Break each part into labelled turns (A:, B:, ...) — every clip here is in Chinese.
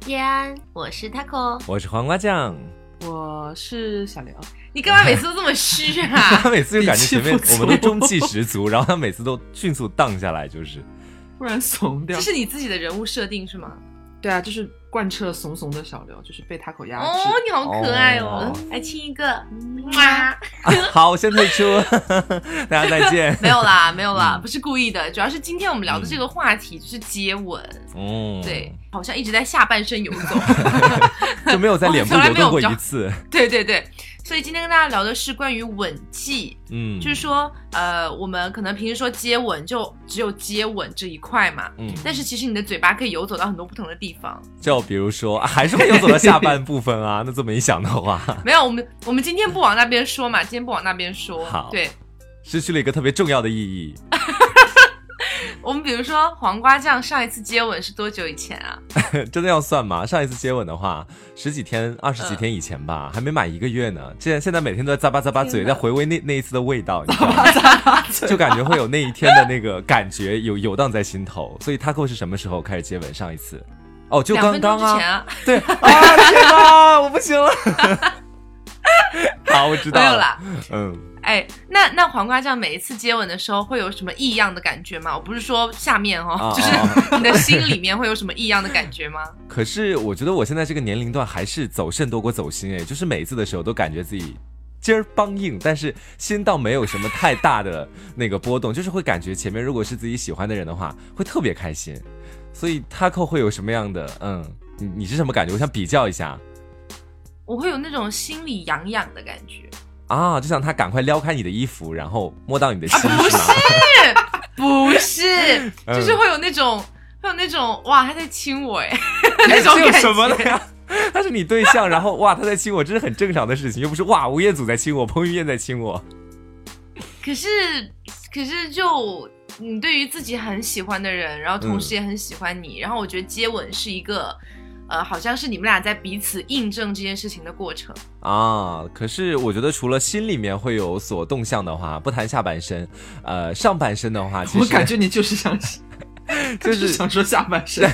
A: 天，我是 Taco，
B: 我是黄瓜酱。
C: 我是小刘，
A: 你干嘛每次都 这么虚啊？
B: 他每次就感觉前面
C: 底气不
B: 我
C: 足
B: 们都中气十足，然后他每次都迅速荡下来， 就是
C: 突然怂掉
A: 这。是你自己的人物设定是吗？
C: 对啊，就是贯彻怂怂的小刘，就是被他口压制。
A: 哦，你好可爱哦
B: 哦，
A: 来亲一个，哇！
B: 啊好，我先退出， 大家再
A: 。
B: 见
A: 没有啦，没有啦，
B: 嗯
A: 不是故意的，主要是今天我们聊的这个话题就是接吻，
B: 嗯，
A: 对，，好像一直在下半身 游走，
B: 就没有在脸部
A: 从来
B: 流
A: 没
B: 动
A: 有
B: 过
A: 比较
B: 一次。
A: 对对对，所以今天跟大家聊的是关于吻技，
B: 嗯，
A: 就是说，呃，我们可能平时说接吻就只有接吻这一块嘛，
B: 嗯，
A: 但是其实你的嘴巴可以游走到很多不同的地方。
B: 就比如说，啊还是会游走到下半部分啊。那这么一想的话，
A: 没有，我们我们今天不往那边说嘛，今天不往那边说。
B: 好
A: 对
B: 失去了一个特别重要的意义。
A: 我们比如说黄瓜酱上一次接吻是多久以前啊？
B: 真的要算吗？上一次接吻的话，十几天、二
A: 嗯
B: 十几天以前吧，还没满一个月呢。现在现在每天都在咂巴咂巴嘴，
A: 天
B: 在
A: 哪
B: 回味那那一次的味道，你知道吗？ 就感觉会有那一天的那个感觉有游荡在心头。所以 Taco 是什么时候开始接吻？上一次？哦，就
A: 两
B: 刚
A: 分钟
B: 刚
A: 之
B: 啊，
A: 前啊，
B: 对啊，天哪，我不行了。 好，我知道
A: 没 有
B: 了。
A: 啦。
B: 嗯，
A: 哎，那那黄瓜酱每一次接吻的时候会有什么异样的感觉吗？我不是说下面哦，
B: 啊
A: 就是你的心里面会有什么异样的感觉 吗？
B: 可是我觉得我现在这个年龄段还是走肾多过走心哎，就是每一次的时候都感觉自己。筋儿梆硬，但是心倒没有什么太大的那个波动，就是会感觉前面如果是自己喜欢的人的话，会特别开心。所以 Taco 会有什么样的？嗯，你你是什么感觉？我想比较一下
A: 我会有那种心里痒痒的感 觉，
B: 啊，就想他赶快撩开你的衣服，然后摸到你的心，
A: 啊
B: 是吗？
A: 不是，
B: 嗯
A: 就是会有那种。会有那种哇，他在亲我哎，
B: 哎
A: 那种
B: 这 有
A: 感觉
B: 什么的呀？他是你对象，然后哇，他在亲我，这是很正常的事情，又不是哇，吴彦祖在亲我，彭于晏在亲我。
A: 可是可是就你对于自己很喜欢的人，然后同时也很喜欢你，然后我觉得接吻是一个，呃，好像是你们俩在彼此印证这件事情的过程。
B: 啊，可是我觉得除了心里面会有所动向的话，不谈下半身，呃，上半身的话，其
C: 我
B: 实
C: 感觉你就是想，
B: 就
C: 就是
B: 是
C: 想说下半 身。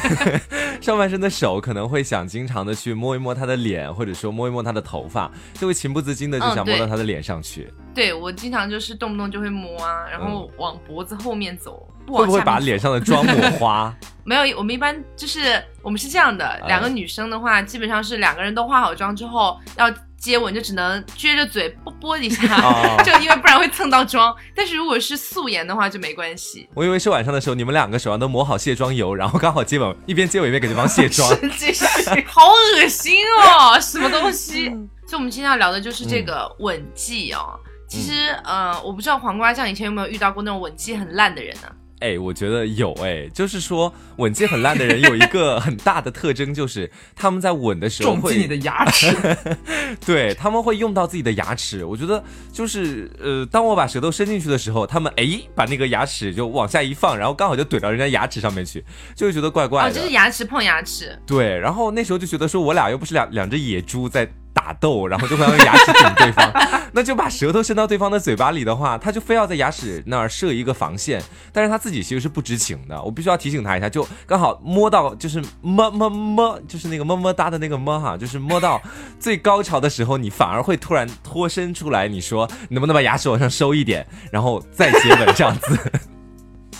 B: 上半身的手可能会想经常的去摸一摸他的脸，或者说摸一摸他的头发，就会情不自禁的就
A: 嗯
B: 想摸
A: 对
B: 到他的脸上去，
A: 对我经常就是动不动就会摸啊，然后往脖子后面走，不
B: 会
A: 往
B: 不
A: 下
B: 会
A: 面
B: 把
A: 走
B: 脸上的妆抹 花？
A: 没有，我们一般就是我们是这样的，两个女生的话，基本上是两个人都化好妆之后要接吻，就只能撅着嘴啵啵一下，
B: 哦
A: 就因为不然会蹭到妆。但是如果是素颜的话就没关系。
B: 我以为是晚上的时候，你们两个手上都抹好卸妆油，然后刚好接吻，一边接吻一边给对方卸 妆。
A: 神 经病，好恶心哦，什么东西？
B: 嗯
A: 所以我们今天要聊的就是这个吻技哦。其实，
B: 嗯
A: 呃，我不知道黄瓜酱以前有没有遇到过那种吻技很烂的人啊呢、
B: 哎，我觉得有哎，就是说吻技很烂的人有一个很大的特征，就是他们在吻的时候
C: 重
B: 会
C: 击你的牙 齿，
B: 对他们会用到自己的牙齿，我觉得就是呃，当我把舌头伸进去的时候，他们哎把那个牙齿就往下一放，然后刚好就怼到人家牙齿上面去，就会觉得怪怪
A: 哦，
B: 的。
A: 就是牙齿碰牙齿，
B: 对，然后那时候就觉得说我俩又不是两两只野猪在打斗，然后就会用牙齿顶对方， 那就把舌头伸到对方的嘴巴里的话，他就非要在牙齿那儿设一个防线，但是他自己其实是不知情的，我必须要提醒他一下，就刚好摸到就是么么么，就是那个么么哒的那个么哈，就是摸到最高潮的时候，你反而会突然脱身出来，你说你能不能把牙齿往上收一点，然后再接吻这样子，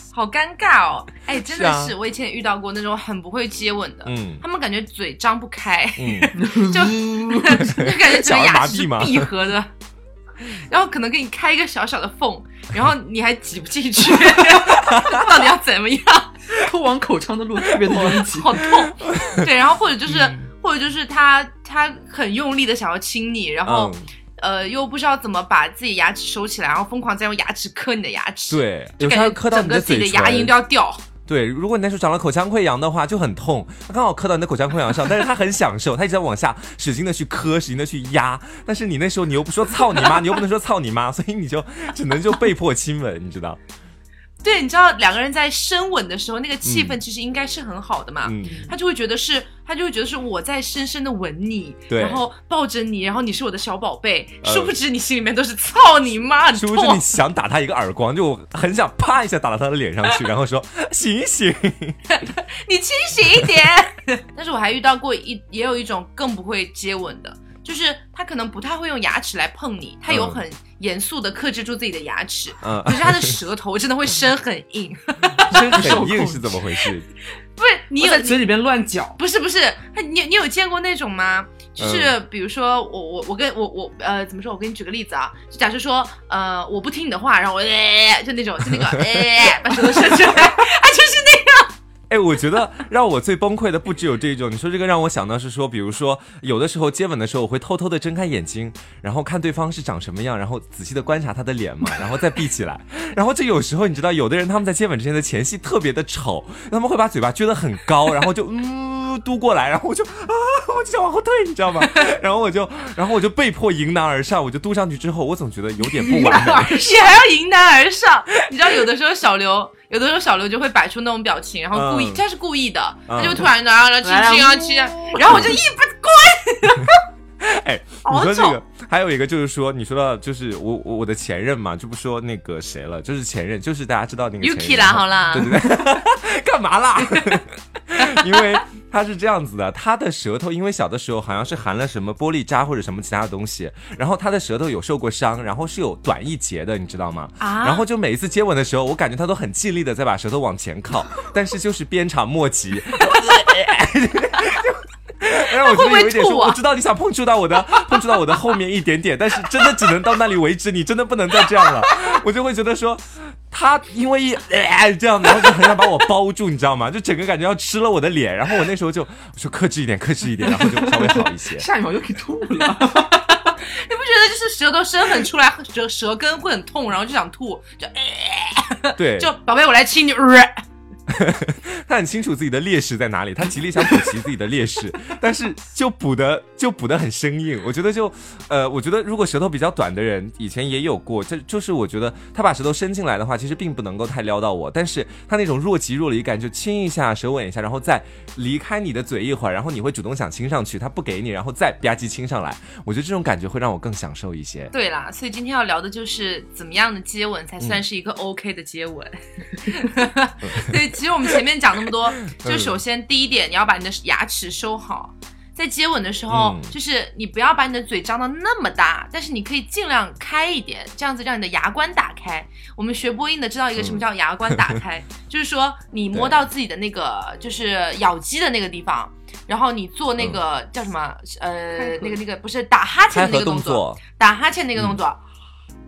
A: 好尴尬哦！哎，真
B: 是
A: 的
B: 啊
A: 是，我以前也遇到过那种很不会接吻的，
B: 嗯
A: 他们感觉嘴张不 开，
B: 嗯，
A: 就就感觉整
B: 小
A: 个
B: 儿
A: 牙
B: 麻
A: 齿是
B: 痹吗
A: 闭合的， 然后可能给你开一个小小的缝，然后你还挤不进 去， 到底要怎么样？
C: 通往口腔的路特别的拥挤。
A: 好痛。 对，然后或者就是、
B: 嗯
A: 或者就是他他很用力的想要亲你， 然后、
B: 嗯
A: 呃又不知道怎么把自己牙齿收起来，然后疯狂在用牙齿磕你的牙齿，，
B: 对，有
A: 就
B: 时
A: 感
B: 候
A: 觉
B: 还磕到
A: 整
B: 你
A: 个自己
B: 嘴
A: 的
B: 唇，
A: 牙龈都要掉。
B: 对，如果你那时候长了口腔溃疡的话，就很痛，它刚好磕到你的口腔溃疡上，但是它很享受，它一直在往下使劲的去磕，使劲的去压，但是你那时候你 又不说操你妈，你又不能说操你妈，所以你就只能就被迫亲吻，你知道？
A: 对，你知道两个人在深吻的时候，那个气氛其实应该是很好的
C: 啊
A: 嘛。
B: 嗯，
A: 他就会觉得是，他就会觉得是我在深深的吻你，
B: 对
A: 然后抱着你，然后你是我的小宝贝。
B: 呃
A: 殊不知你心里面都是操你妈，很
B: 殊不知你
A: 痛。
B: 想打他一个耳光，就很想啪一下打到他的脸上 去，然后说醒一醒。
A: 你清醒一点。 但是我还遇到过一，也有一种更不会接吻的，就是他可能不太会用牙齿来碰你，他有
B: 嗯
A: 很严肃的克制住自己的牙齿，
B: 嗯，
A: 可是他的舌头真的会伸很硬。
C: 真不受
B: 很
C: 控
B: 硬是怎么回事？
A: 不是你
C: 我
A: 有
C: 在嘴里边乱嚼，
A: 不是不是，你你有见过那种吗？就是比如说我我我跟我我呃怎么说？我给你举个例子啊，就假设说呃我不听你的话，然后我哎、就那种就那个哎、把舌头伸出来， 啊就是那个
B: 哎，我觉得让我最崩溃的不只有这一种。你说这个让我想到是说，比如说有的时候接吻的时候，我会偷偷的睁开眼睛，然后看对方是长什么样，然后仔细的观察他的脸嘛，然后再闭起来。然后这有时候你知道，有的人他们在接吻之前的前戏特别的丑，他们会把嘴巴撅得很高，然后就嗯嘟过来，然后我就啊，我就想往后退，你知道吗？ 然后我就，然后我就被迫迎难而上，我就嘟上去之后，我总觉得有点不完美。
A: 你还要迎难而上。你知道有的时候小刘，有的时候小刘就会摆出那种表情，然后故意、
B: 嗯
A: 他是故意的，
B: 嗯
A: 他就突然的啊然后亲
C: 来了
A: 亲啊亲啊，然后我就一不
B: 哎，你
A: 好
B: 说这
A: 丑
B: 个，还有一个就是说，你说到就是我我我的前任嘛，就不说那个谁了，就是前任，就是大家知道那个
A: Yuki
B: 前任
A: 啦，好啦，
B: 干嘛啦？因为他是这样子的，他的舌头因为小的时候好像是含了什么玻璃渣或者什么其他的东西，然后他的舌头有受过伤，然后是有短一截的，你知道吗？
A: 啊
B: 然后就每一次接吻的时候，我感觉他都很尽力的在把舌头往前靠， 但是就是鞭长莫及。就让我觉得有一点
A: 会不会
B: 说，
A: 吐啊
B: 我知道你想碰触到我的， 碰触到我的后面一点点，但是真的只能到那里为止，你真的不能再这样了。 我就会觉得说，他因为一、哎、这样，然后就很想把我包住，你知道吗？就整个感觉要吃了我的脸。然后我那时候就我说克制一点，克制一点，然后就稍微好一 些。
C: 下一秒又给吐了。
A: 你不觉得就是舌头伸很出来，舌舌根会很痛，然后就想吐，就哎
B: 对，
A: 就宝贝我来亲你。呃
B: 他很清楚自己的劣势在哪里，他极力想补齐自己的劣 势，但是就补的就补的很生硬。我觉得就，呃，我觉得如果舌头比较短的人，以前也有过，这就是我觉得他把舌头伸进来的话，其实并不能够太撩到我，但是他那种若即若离感，就亲一下，舌吻一下，然后再离开你的嘴一会儿，然后你会主动想亲上去，他不给你，然后再吧唧亲上来，我觉得这种感觉会让我更享受一些。
A: 对啦，所以今天要聊的就是怎么样的接吻才
B: 嗯
A: 算是一个 OK 的 接吻。对，其实我们前面讲那么多，
B: 嗯
A: 就首先第一点，你要把你的牙齿收好。在接吻的时候，
B: 嗯
A: 就是你不要把你的嘴张到那么大，但是你可以尽量开一点，这样子让你的牙关打开。我们学播音的知道一个什么叫牙关打开，
B: 嗯
A: 就是说你摸到自己的那个就是咬肌的那个地方，然后你做那个、叫什么
C: 开
A: 呃
C: 合
A: 那个那个不是打哈欠
B: 嗯开
A: 的那
B: 合
A: 个
B: 动
A: 动作，
B: 作，
A: 打哈欠那个动作，
B: 嗯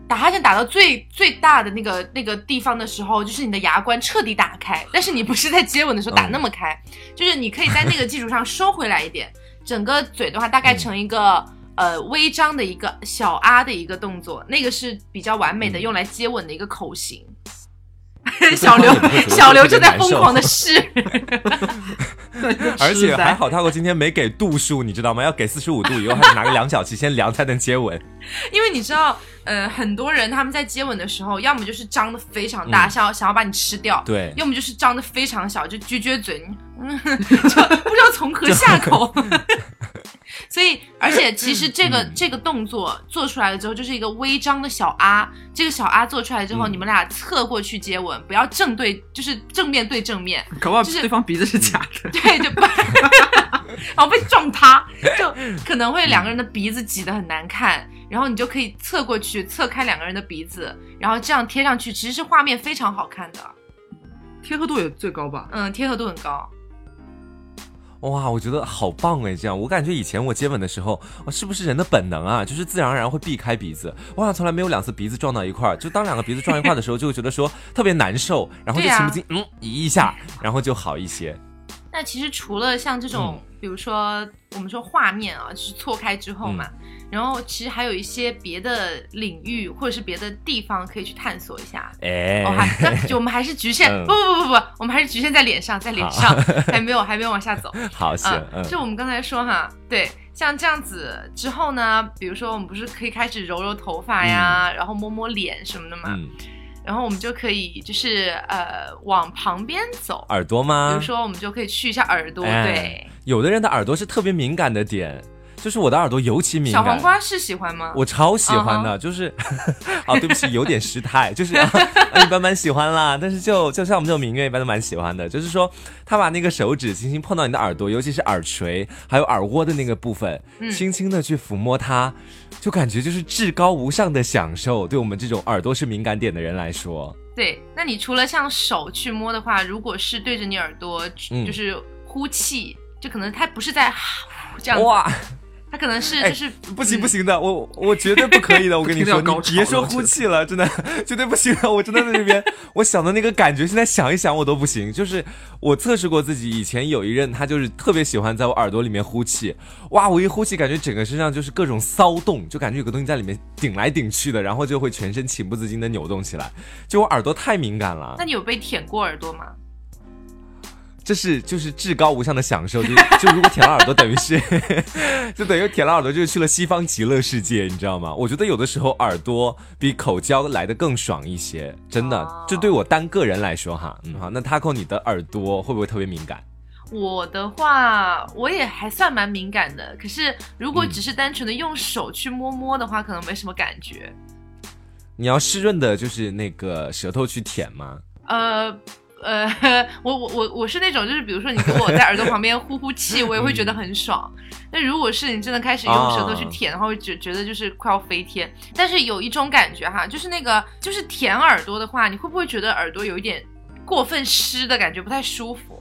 A: 打哈欠打到最最大的那个那个地方的时候，就是你的牙关彻底打开，但是你不是在接吻的
B: 嗯
A: 时候打那么开，就是你可以在那个基础上收回来一点，整个嘴的话大概成一个。呃，微张的一个小啊的一个动作，那个是比较完美的，
B: 嗯
A: 用来接吻的一个口型。
B: 对
A: 小刘
B: 方也不会觉得
A: 小刘
B: 特别
A: 正在
B: 难
A: 疯
B: 受
A: 狂的试，
B: 而且还
C: 好。
B: 好，他我今天没给度数，你知道吗？要给四十五度以后，还得拿个量角器先量才能接吻。
A: 因为你知道，呃，很多人他们在接吻的时候，要么就是张的非常大，
B: 嗯
A: 想要想要把你吃掉，
B: 对，
A: 要么就是张得非常小，就撅撅嘴，嗯，就 不知道从何下口。 所以，而且其实这个、
B: 嗯
A: 这个动作做出来了之后，就是一个微张的小啊。这个小啊做出来之后，
B: 嗯
A: 你们俩侧过去接吻，不要正对，就是正面对正面，
C: 搞不好
A: 就是
C: 对方鼻子是嗯假的，
A: 对，就然后被撞塌，就可能会两个人的鼻子挤得很难看，然后你就可以侧过去侧开两个人的鼻子，然后这样贴上去，其实是画面非常好看的，
C: 贴合度也最高吧？
A: 嗯，贴合度很高。
B: 哇，我觉得好棒哎！这样，我感觉以前我接吻的时候，我是不是人的本能啊？就是自然而然会避开鼻子。我好像从来没有两次鼻子撞到一块儿，就当两个鼻子撞一块儿的时候，就会觉得说特别难受，然后就
A: 对啊
B: 情不禁、嗯移一下，然后就好一些。
A: 那其实除了像
B: 嗯
A: 这种，比如说我们说画面啊，就是错开之后嘛，
B: 嗯
A: 然后其实还有一些别的领域或者是别的地方可以去探索一下。
B: 哎，
A: 哦，还那就我们还是局 限，
B: 嗯
A: 不不不不不，我们还是局限在脸上，在脸上 还没有还没有往下走。
B: 好 行，嗯
A: 嗯，就我们刚才说哈，对，像这样子之后呃呢，比如说我们不是可以开始揉揉头发呀，然后摸摸脸什么的嘛。
B: 嗯
A: 然后我们就可以就是呃往旁边走，
B: 耳朵吗？
A: 比如说我们就可以去一下耳朵，
B: 啊哎
A: 对。
B: 有的人的耳朵是特别敏感的点，就是我的耳朵尤其敏
A: 小
B: 感。
A: 黄瓜是喜欢吗？
B: 我超喜欢的就是 啊，对不起，有点失态， 就是、啊、一般般喜欢啦。但是就就像我们这种民乐，一般都蛮喜欢的。就是说，他把那个手指轻轻碰到你的耳朵，尤其是耳垂还有耳窝的那个部分，
A: 嗯
B: 轻轻的去抚摸它，就感觉就是至高无上的享受。对我们这种耳朵是敏感点的人来说，
A: 对，那你除了像手去摸的话，如果是对着你耳朵，
B: 嗯
A: 就是呼气，就可能它不是在这样子，
B: 哇，
A: 它可能是
B: 哎
A: 就是、
B: 不行
A: 嗯
B: 不，行的，我我绝对不可以的，我跟你
C: 不停
B: 说，
C: 地要
B: 你
C: 高潮
B: 别说
C: 了我觉
B: 呼
C: 得
B: 气了，真的绝对不行的，我真的在那边，我想的那个感觉，现在想一想我都不行。就是我测试过自己，以前有一任他就是特别喜欢在我耳朵里面呼气，哇，我一呼气感觉整个身上就是各种骚动，就感觉有个东西在里面顶来顶去的，然后就会全身情不自禁的扭动起来，就我耳朵太敏感了
A: 那，你有被舔过耳朵吗？
B: 这是就是至高无上的享受，就 就如果舔了耳朵，等于是 就等于舔了耳朵，就是去了西方极乐世界，你知道吗？我觉得有的时候耳朵比口交来的更爽一些，真的
A: 哦，
B: 这对我单个人来说哈，嗯好，那 Taco 你的耳朵会不会特别敏感？
A: 我的话，我也还算蛮敏感的，可是如果
B: 嗯
A: 只是单纯的用手去摸摸的话，可能没什么感觉。
B: 你要湿润的，就是那个舌头去舔吗？
A: 呃呃，我我我我是那种，就是比如说你给我在耳朵旁边呼呼气，我也会觉得很爽。那如果是你真的开始用舌头去
B: 嗯啊
A: 舔，然后觉觉得就是快要飞天。但是有一种感觉哈，就是那个就是舔耳朵的话，你会不会觉得耳朵有一点过分湿的感觉，不太舒服？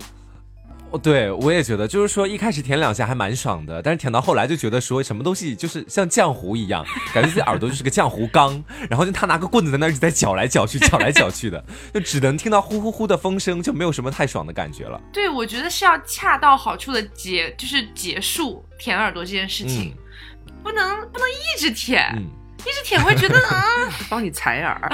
B: 哦，对，我也觉得，就是说一开始舔两下还蛮爽的，但是舔到后来就觉得说什么东西就是像浆糊一样，感觉自己耳朵就是个浆糊缸，然后就他拿个棍子在那儿一直在搅来搅去，搅来搅去的，就只能听到呼呼呼的风声，就没有什么太爽的感觉了。
A: 对，我觉得是要恰到好处的结，就是结束舔耳朵这件事情
B: 嗯，
A: 不能不能一直舔，
B: 嗯。
A: 一直舔会觉得嗯
C: 帮你采 耳，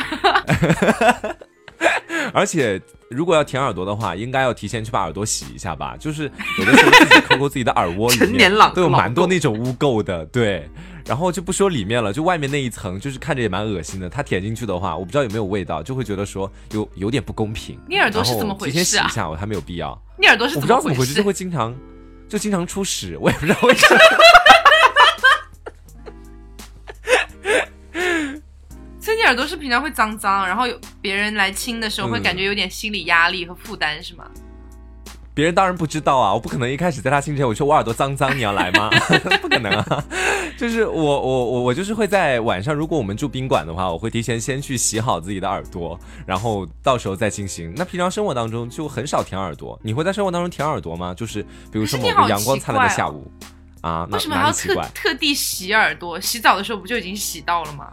B: 而且如果要舔耳朵的话，应该要提前去把耳朵洗一下吧。就是有的时候自己抠抠自己的耳窝里面，
C: 成年朗
B: 都有蛮多
C: 朗
B: 那种污垢的，对。然后就不说里面了，就外面那一层，就是看着也蛮恶心的。它舔进去的话，我不知道有没有味道，就会觉得说有有点不公平。
A: 你耳朵是怎么
B: 然后提
A: 回事啊
B: 前洗一下，我还没有必要。
A: 你耳朵是
B: 我不
A: 怎
B: 知道
A: 么
B: 怎么
A: 回
B: 回事，就
A: 事？
B: 会经常就经常出屎，我也不知道为什么。
A: 所以你耳朵是平常会脏脏，然后有别人来亲的时候会
B: 嗯
A: 感觉有点心理压力和负担，是吗？
B: 别人当然不知道啊，我不可能一开始在他亲之前我说我耳朵脏脏，你要来吗？ 不可能啊！就是我我我我就是会在晚上，如果我们住宾馆的话，我会提前先去洗好自己的耳朵，然后到时候再进行。那平常生活当中就很少舔耳朵，你会在生活当中舔耳朵吗？就是比如说
A: 可
B: 某
A: 是你好
B: 个阳光灿烂的
A: 奇怪
B: 下
A: 哦
B: 午。啊，那
A: 为什么还要
B: 奇
A: 特
B: 怪？
A: 特地洗耳朵？洗澡的时候不就已经洗到了吗？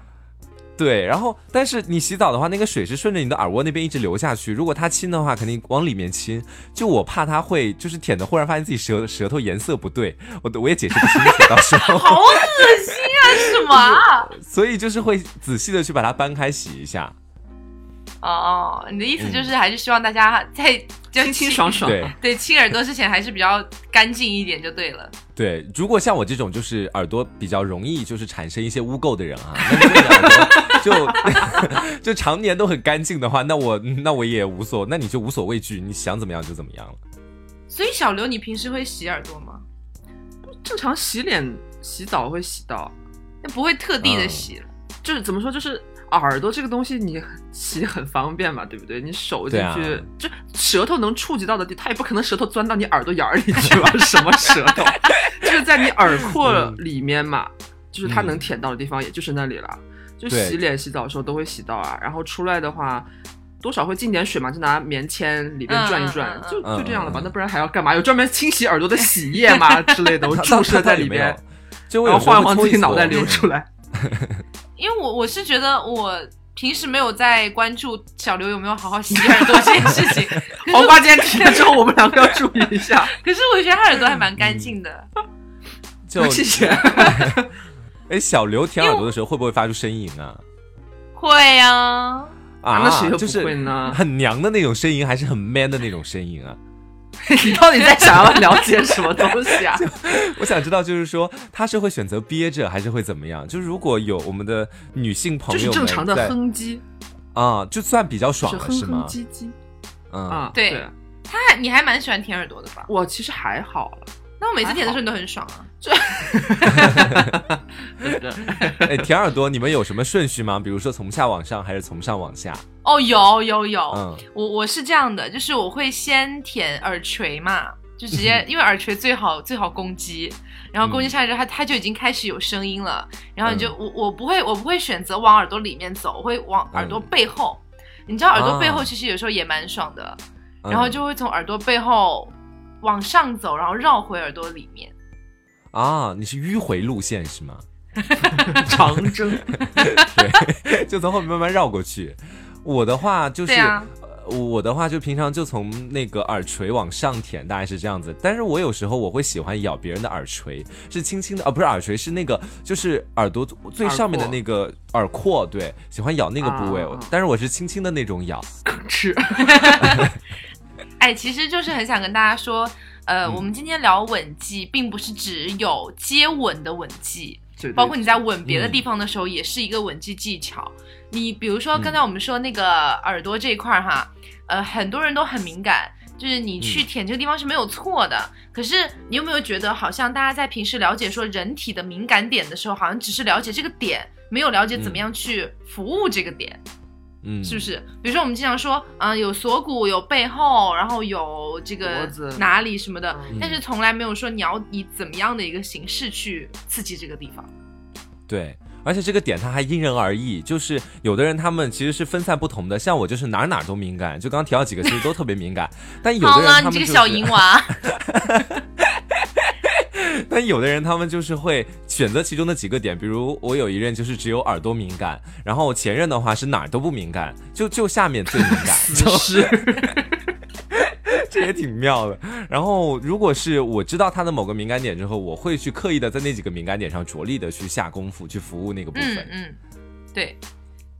B: 对，然后但是你洗澡的话，那个水是顺着你的耳窝那边一直流下去。如果它亲的话，肯定往里面亲。就我怕它会就是舔的，忽然发现自己舌舌头颜色不对，我我也解释不清楚，到时候，
A: 好恶心啊！什么啊？
B: 所以就是会仔细的去把它搬开洗一下。
A: 哦，你的意思就是还是希望大家在就
C: 清清爽爽。
B: 对
A: 对亲耳朵之前还是比较干净一点就对了。
B: 对，如果像我这种就是耳朵比较容易就是产生一些污垢的人啊， 那如果你耳朵就 就常年都很干净的话，那我那我也无所，那你就无所畏惧，你想怎么样就怎么样了。
A: 所以小刘，你平时会洗耳朵吗？
C: 正常洗脸、洗澡会洗到，
A: 那不会特地的洗
B: 嗯
A: 了。
C: 就是怎么说，就是耳朵这个东西你洗很方便嘛，对不对？你手进去，
B: 对啊
C: 就舌头能触及到的地，它也不可能舌头钻到你耳朵眼儿里去吧？ 什么舌头？就是在你耳廓
B: 嗯
C: 里面嘛，就是它能舔到的地方，也就是那里了。就
B: 对
C: 洗脸、洗澡的时候都会洗到啊，然后出来的话。多少会进点水嘛，就拿棉签里边转一转，
A: 嗯嗯嗯嗯
C: 就就这样了
B: 嗯嗯
C: 吧。
B: 嗯
C: 那不然还要干嘛？有专门清洗耳朵的洗液嘛之类的，我
B: 它
C: 注射
B: 它它
C: 在
B: 也
C: 里
B: 没
C: 边
B: 有，，就我
C: 然
B: 有
C: 后
B: 时候
C: 晃一
B: 会
C: 晃
B: 搓嗯
C: 自己
B: 一
C: 脑袋
B: 搓
C: 流出来。
A: 因为我我是觉得我平时没有在关注小刘有没有好好洗耳朵这件事 情， 可
C: 黄
A: 是
C: 瓜今天提了之后，我们两个要注意一 下。
A: 可是我觉得他耳朵还蛮干净的。
B: 就
C: 谢谢。
B: 哎，小刘舔耳朵的时候会不会发出呻吟啊？
A: 会啊，
B: 啊，
C: 那谁又
B: 就
C: 不
B: 是
C: 会呢
B: 很娘的那种呻吟，还是很 man 的那种呻吟啊？
C: 你到底在想要了解什么东 西啊？
B: 我想知道，就是说他是会选择憋着，还是会怎么样？就是如果有我们的女性朋
C: 就是
B: 友们
C: 正常的
B: 在
C: 哼唧，
B: 啊，就算比较爽
C: 是
B: 了
C: 哼
B: 是
C: 哼
B: 吗？
C: 唧唧
B: 嗯，
C: 啊。
A: 对他还你还蛮喜欢舔耳朵的吧？
C: 我其实还好了，
A: 那我每次舔的时候你都很爽啊。
C: 对不对？
B: 哎，舔耳朵，你们有什么顺序吗？比如说从下往上，还是从上往下？
A: 哦，有有有，
B: 嗯，
C: 哦
A: 我我是这样的，就是我会先舔耳垂嘛，就
B: 嗯
A: 直接因为耳垂最好最好攻击，然后攻击下来之后，它它就已经开始有声音了，然后你就、
B: 嗯
A: 我我不会我不会选择往耳朵里面走，我会往耳朵背后，你知道耳朵背后
B: 啊
A: 其实有时候也蛮爽的，
B: 嗯
A: 然后就会从耳朵背后往上走，然后绕回耳朵里面。
B: 啊，你是迂回路线是吗？
C: 长征，
B: 对， 就从后面慢慢绕过去。我的话就是，
A: 对啊
B: 呃我的话就平常就从那个耳垂往上舔，大概是这样子。但是我有时候我会喜欢咬别人的耳垂，是轻轻的，啊，不是耳垂，是那个就是耳朵最上面的那个耳廓，对，喜欢咬那个部位。
C: 啊
B: 但是我是轻轻的那种咬，
C: 吃
A: 哎，其实就是很想跟大家说，呃，我们今天聊吻技，并不是只有接吻的吻技，
C: 对对
A: 包括你在吻别的地方的时候，也是一个吻技技巧。你比如说刚才我们说那个耳朵这一块儿哈，呃，很多人都很敏感，就是你去舔这个地方是没有错的。可是你有没有觉得，好像大家在平时了解说人体的敏感点的时候，好像只是了解这个点，没有了解怎么样去服务这个点。
B: 嗯，
A: 是不是？比如说我们经常说，嗯、有锁骨，有背后，然后有这
C: 脖
A: 个
C: 子
A: 哪里什么的，
C: 嗯
A: 但是从来没有说你要以怎么样的一个形式去刺激这个地方。
B: 对，而且这个点它还因人而异，就是有的人他们其实是分散不同的，像我就是哪儿哪儿都敏感，就刚刚提到几个其实都特别敏感，但有
A: 好
B: 的人
A: 了，
B: 他们、
A: 你
B: 就
A: 这个
B: 是、
A: 小淫娃，
B: 但有的人他们就是会选择其中的几个点，比如我有一任就是只有耳朵敏感，然后我前任的话是哪儿都不敏感，就就下面最敏 感，
C: 是
B: 这也挺妙的。然后如果是我知道他的某个敏感点之后，我会去刻意的在那几个敏感点上着力的去下功夫去服务那个部
A: 嗯
B: 分。
A: 嗯，对。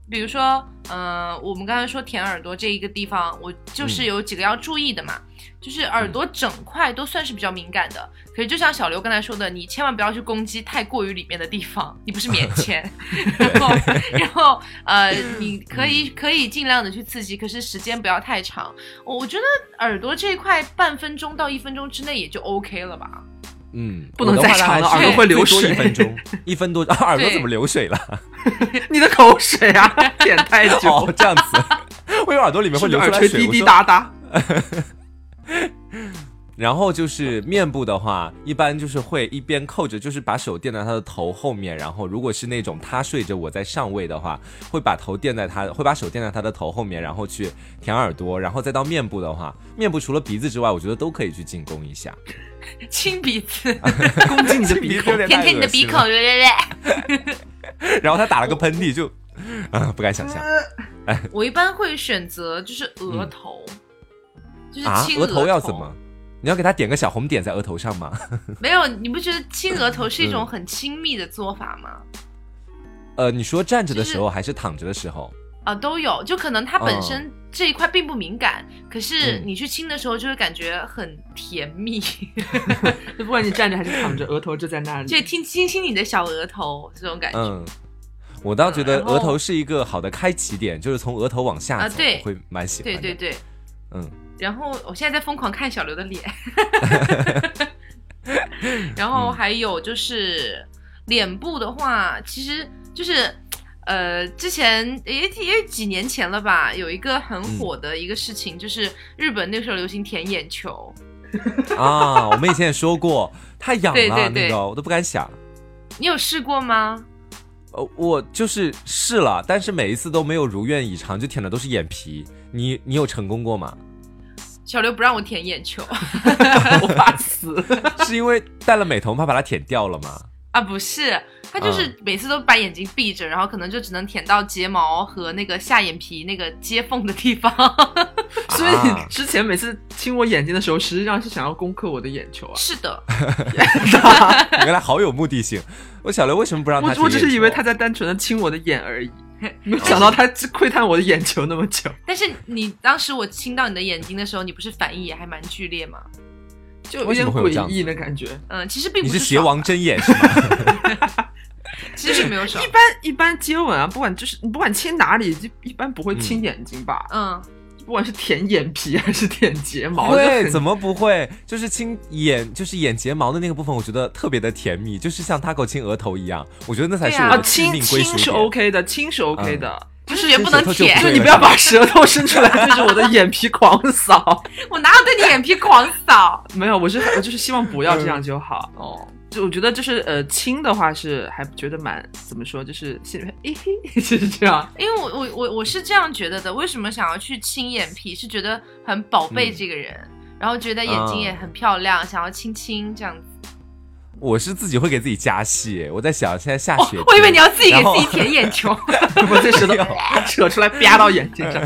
A: 比如说，呃，我们刚才说舔耳朵这一个地方，我就是
B: 嗯
A: 有几个要注意的嘛，就是耳朵整块都算是比较敏感的。可是就像小刘刚才说的，你千万不要去攻击太过于里面的地方，你不是免 签。然后，然后，呃，你可以
B: 嗯
A: 可以尽量的去刺激，可是时间不要太长。我我觉得耳朵这一块半分钟到一分钟之内也就 OK 了吧。
B: 嗯，
C: 不能再长了
B: 我的话大概是
A: 耳朵会
C: 流
B: 最多
C: 水
B: 一分 钟，一分多，啊耳朵
A: 对
B: 怎么流水了？
C: 你的口水 啊，舔太久
B: 哦，，这样子， 我以为耳朵里面会
C: 是
B: 流
C: 不是
B: 出
C: 耳
B: 来
C: 垂
B: 水。
C: 滴
B: 我
C: 滴
B: 说
C: 答答。
B: 然后就是面部的话，一般就是会一边扣着，就是把手垫在他的头后面，然后如果是那种他睡着我在上位的话，会把头垫在他，会把手垫在他的头后面，然后去舔耳朵，然后再到面部的话，面部除了鼻子之外，我觉得都可以去进攻一下。
A: 亲鼻子，
B: 啊攻击你的鼻孔，
A: 舔舔你的鼻孔，略略略。
B: 然后他打了个喷嚏就，啊，不敢想 象
C: 呃
A: 我一般会选择就是额头，就是
B: 啊，
A: 亲
B: 额
A: 头
B: 头要怎么？？你要给他点个小红点在额头上吗？
A: 没有，你不觉得亲额头是一种很亲密的做法吗？
B: 呃，你说站着的时
A: 就
B: 候还是躺着的时候？
A: 啊，都有，就可能它本身这一块并不敏感，可是
B: 哦嗯
A: 你去亲的时候就会感觉很甜蜜。
C: 就不管你站着还是 躺着，额头就在那里。
A: 就亲亲亲你的小额头这种感觉。嗯
B: 嗯，我倒觉得
A: 然后
B: 额头是一个好的开启点，就是从额头往下
A: 啊
B: 走，
A: 对
B: 我会蛮喜欢
A: 对
B: 的。
A: 对对，
B: 嗯，
A: 然后我现在在疯狂看小刘的脸， 然后
B: 嗯
A: 还有就是脸部的话，其实就是呃，之前也也几年前了吧，有一个很火的一个事情，就是日本那时候流行舔眼球，
B: 啊，我们以前也说过，太痒了
A: 对对对
B: 那个，我都不敢想。
A: 你有试过吗？
B: 呃，我就是试了，但是每一次都没有如愿以偿，就舔的都是眼皮。你你有成功过吗？
A: 小刘不让我舔眼球
C: 我怕 死。
B: 是因为戴了美瞳怕把它舔掉了吗？
A: 啊，不是，他
B: 嗯
A: 就是每次都把眼睛闭着，然后可能就只能舔到睫毛和那个下眼皮那个接缝的地方。
C: 所以
B: 啊
C: 你之前每次亲我眼睛的时候，实际上是想要攻克我的眼球啊。
A: 是的，
B: 你原来好有目的性。我小刘为什么不让他
C: 我
B: 舔
C: 我只是
B: 眼
C: 以为
B: 球
C: 他在单纯的亲我的眼 而已，没有想到他窥探我的眼球那么久。
A: 但是你当时我亲到你的眼睛的时候，你不是反应也还蛮剧烈吗？
C: 就
B: 为
C: 有
B: 什
C: 点
B: 么会有这样
C: 诡
B: 子
C: 异的感觉。
A: 嗯，其实并
B: 你
A: 不
B: 是
A: 是
B: 邪
A: 爽
B: 王
A: 的，
B: 真眼是吗？
A: 其实没有手
C: 一。般一般接吻啊，不管就是你不管亲哪里，就一般不会亲眼睛吧？
A: 嗯，
C: 不管是舔眼皮还是舔睫毛，
B: 对，怎么
C: 么
B: 不会？就是亲眼，就是眼睫毛的那个部分，我觉得特别的甜蜜，就是像 Taco 亲额头一样，我觉得那才是
A: 对啊
B: 我
C: 啊？
B: 的致
C: 亲
B: 命归属
C: 亲是
B: 点。
C: OK 的，亲是 OK 的，
A: 就是也不能
B: 这舌头就
A: 舔
B: 不，
C: 就
B: 对
C: 你不要把舌头伸出来对着我的眼皮狂扫。
A: 我哪有对你眼皮狂扫？
C: 没有，我是我就是希望不要这样就好。
B: 嗯
C: 哦，就我觉得就是呃亲的话是还觉得蛮怎么说，就是心里面 咦嘿，就是这样。
A: 因为我我我我是这样觉得的，为什么想要去亲眼皮？是觉得很宝
B: 嗯
A: 贝这个人，然后觉得眼睛也很漂亮，想要亲亲这样子。
B: 我是自己会给自己加戏，我在想现在下
A: 哦
B: 雪、，
A: 我以为你要自己给
B: 然后
A: 自己舔眼球。
C: 我这
B: 哎
C: 舌头扯出来啪到眼睛上，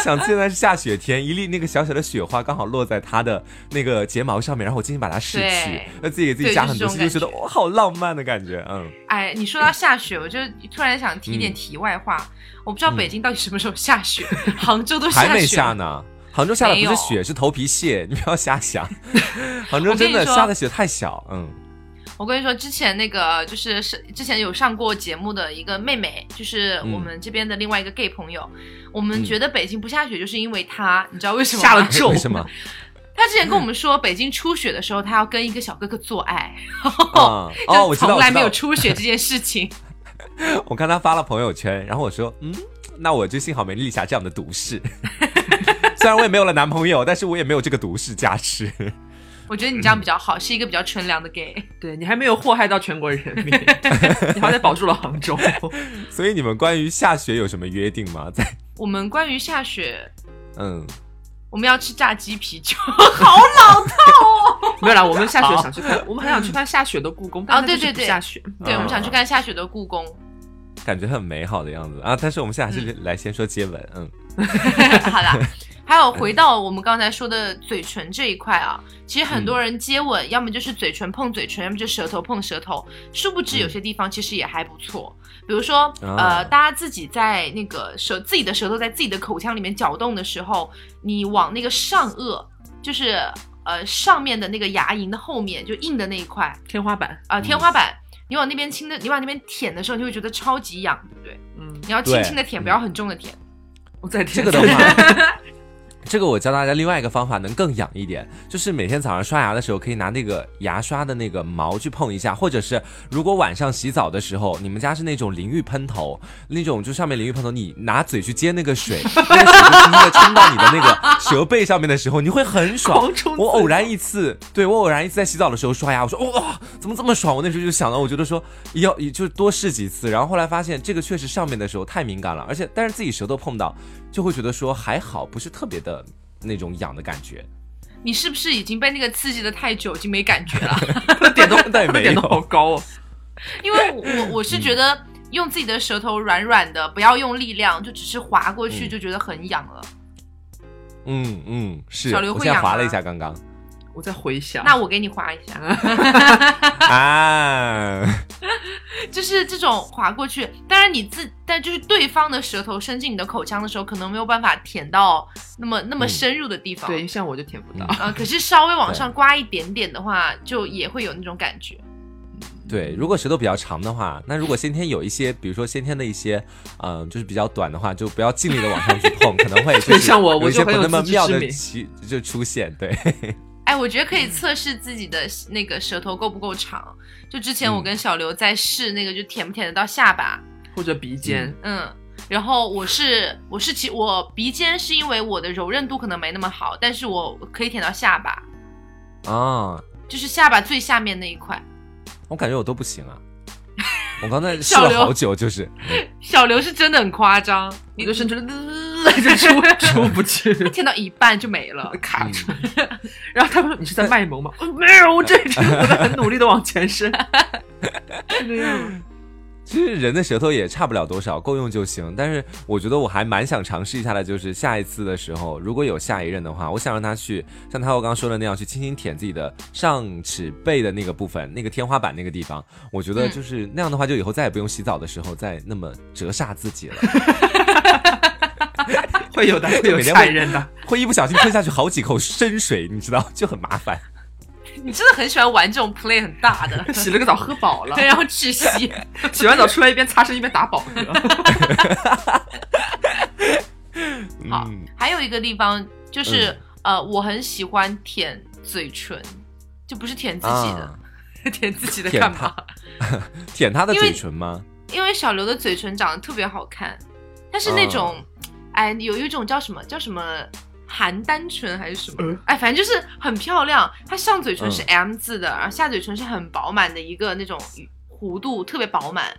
B: 想现在是下雪天，一粒那个小小的雪花刚好落在她的那个睫毛上面，然后我轻轻把它拭去
A: 对，
B: 那自己给自己
A: 对
B: 加
A: 就
B: 很
A: 是
B: 多
A: 这
B: 戏，
A: 种
B: 就觉得
A: 感觉
B: 哇、好浪漫的感觉，嗯。
A: 哎，你说到下雪，我就突然想提一点题外话。我不知道北京到底什么时候 下雪，杭州都下雪
B: 嗯还没下
A: 了
B: 呢。杭州下的不
A: 没
B: 是
A: 有
B: 雪，是头皮屑，你不要瞎 想。杭州
A: 我跟
B: 真
A: 你
B: 的
A: 说
B: 下的雪太小，嗯，
A: 我跟你说，之前那个就是是之前有上过节目的一个妹妹，就是
B: 嗯
A: 我们这边的另外一个 gay 朋友。我们觉得北京不下雪，就是因为她，你知道为什么吗？
C: 下了咒
B: 为什么？
A: 她之前跟我们说，北京初雪的时候，她要跟一个小哥哥做爱，
B: 啊，哦，我
A: 就
B: 知道，
A: 从
B: 我
A: 来
B: 知
A: 没有
B: 道。
A: 初雪这件事情。
B: 我看他发了朋友圈，然后我说，嗯，那我就幸好没立下这样的毒誓。 虽然我也没有了男朋友，但是我也没有这个毒誓加持。
A: 我觉得你这样比较好，是一个比较纯良的 gay。
C: 对你还没有祸害到全国人民，你好歹保住了杭州。
B: 所以你们关于下雪有什么约定吗？在
A: 我们关于下雪，
B: 嗯，
A: 我们要吃炸鸡啤酒， 好老套哦。
C: 没有啦，我们下雪想去看，我们很想去看下雪的故宫，但
A: 哦
C: 它
A: 对
C: 就是不
A: 对对
C: 下雪。
A: 对，我们想去
B: 嗯
A: 看下雪的故宫。
B: 感觉很美好的样子啊。但是我们现在还是来先说接吻，嗯，
A: 好啦，还有回到我们刚才说的嘴唇这一块啊，其实很多人接吻，
B: 嗯
A: 要么就是嘴唇碰嘴唇，要么就舌头碰舌头。殊不知有些地方其实也还不错，比如说
B: 嗯啊
A: 呃，大家自己在那个舌自己的舌头在自己的口腔里面搅动的时候，你往那个上颚，就是呃上面的那个牙龈的后面，就硬的那一块
C: 天花板，
B: 嗯
A: 啊、呃天花板。你往那边轻的，你往那边舔的时候，你会觉得超级痒，对不对？
C: 嗯，
A: 你要轻
B: 对
A: 轻的舔，
B: 嗯
A: 不要很重的舔。
C: 我再听
B: 这个的话，这个我教大家另外一个方法，能更痒一点，就是每天早上刷牙的时候，可以拿那个牙刷的那个毛去碰一下，或者是如果晚上洗澡的时候，你们家是那种淋浴喷头，那种就上面淋浴喷头，你拿嘴去接那个水，那个水就轻轻的冲到你的那个舌背上面的时候，你会很爽
C: 狂冲。
B: 我偶然一次，对我偶然一次在洗澡的时候刷牙，我说哇、怎么这么爽？我那时候就想到，我觉得说要就是多试几次，然后后来发现这个确实上面的时候太敏感了，而且但是自己舌头碰到就会觉得说还好，不是特别的那种痒的感觉。
A: 你是不是已经被那个刺激的太久，已经没感觉了？
B: 点都但 也
C: 他的
B: 没
C: 点都好
B: 有，
C: 高哦。
A: 因为我我我是觉
B: 嗯
A: 得用自己的舌头软软的，不要用力量，就只是划过去
B: 嗯
A: 就觉得很痒了。
B: 嗯嗯，是。
A: 小刘
B: 我
A: 会
B: 现在
A: 痒
B: 划
A: 吗
B: 了一下刚刚
C: 我在回想，
A: 那我给你划一下，
B: 嗯啊，
A: 就是这种划过去。当然你自，但就是对方的舌头伸进你的口腔的时候，可能没有办法舔到那么那么
B: 嗯
A: 深入的地方。
C: 对，像我就舔不到。
B: 嗯
A: 呃，可是稍微往上刮一点点的话，就也会有那种感觉。
B: 对，如果舌头比较长的话，那如果先天有一些，比如说先天的一些，嗯、就是比较短的话，就不要尽力的往上去 碰，可能会就
C: 对
B: 是
C: 像我我
B: 有一
C: 就
B: 些不
C: 很有
B: 那么
C: 自知
B: 妙
C: 之
B: 的
C: 明
B: 其就出现。对，
A: 哎，我觉得可以测试自己的那个舌头够不够长。就之前我
B: 嗯
A: 跟小刘在试那个，就舔不舔得到下巴，
C: 或者鼻尖，
A: 嗯，然后我是我是其我鼻尖是因为我的柔韧度可能没那么好，但是我可以舔到下巴，
B: 啊，
A: 就是下巴最下面那一块。
B: 我感觉我都不行啊。我刚才试
A: 小
B: 了
A: 刘
B: 好久，就是
A: 小刘是真的很夸张，
C: 我
A: 你
C: 就伸出来呃就 出出不去，
A: 舔到一半就没了。
C: 卡住。
B: 嗯
C: 然后他们说你是在卖萌吗？我说没有，我这 只我在很努力的往前伸。是这样，
B: 其实人的舌头也差不了多少，够用就行。但是我觉得我还蛮想尝试一下的，就是下一次的时候，如果有下一任的话，我想让他去像他我刚刚说的那样，去轻轻舔自己的上齿背的那个部分，那个天花板那个地方。我觉得
A: 嗯
B: 就是那样的话，就以后再也不用洗澡的时候再那么折煞自己了，
C: 会 有的，会有
B: 每天
C: 下
B: 会
C: 一任的。
B: 会一不小心吞下去好几口深水，你知道，就很麻烦。
A: 你真的很喜欢玩这种 play 很大的，
C: 洗了个澡喝饱了
A: 对，，然后窒息。
C: 洗完澡出来一边擦身一边打饱嗝。
A: 好
B: 嗯，
A: 还有一个地方就是、呃，我很喜欢舔嘴唇，就不是舔自己的，
B: 啊
A: 舔自己的
B: 舔
A: 干
B: 它
A: 嘛？
B: 舔他的
A: 因为
B: 嘴唇吗？
A: 因为小刘的嘴唇长得特别好看，但是那种，
B: 嗯
A: 哎，有一种叫什么叫什么邯郸唇还是什么，
C: 嗯
A: 哎，反正就是很漂亮。它上嘴唇是
B: 呃嗯
A: M 字的，然后下嘴唇是很饱满的一个那种弧度，特别 饱满。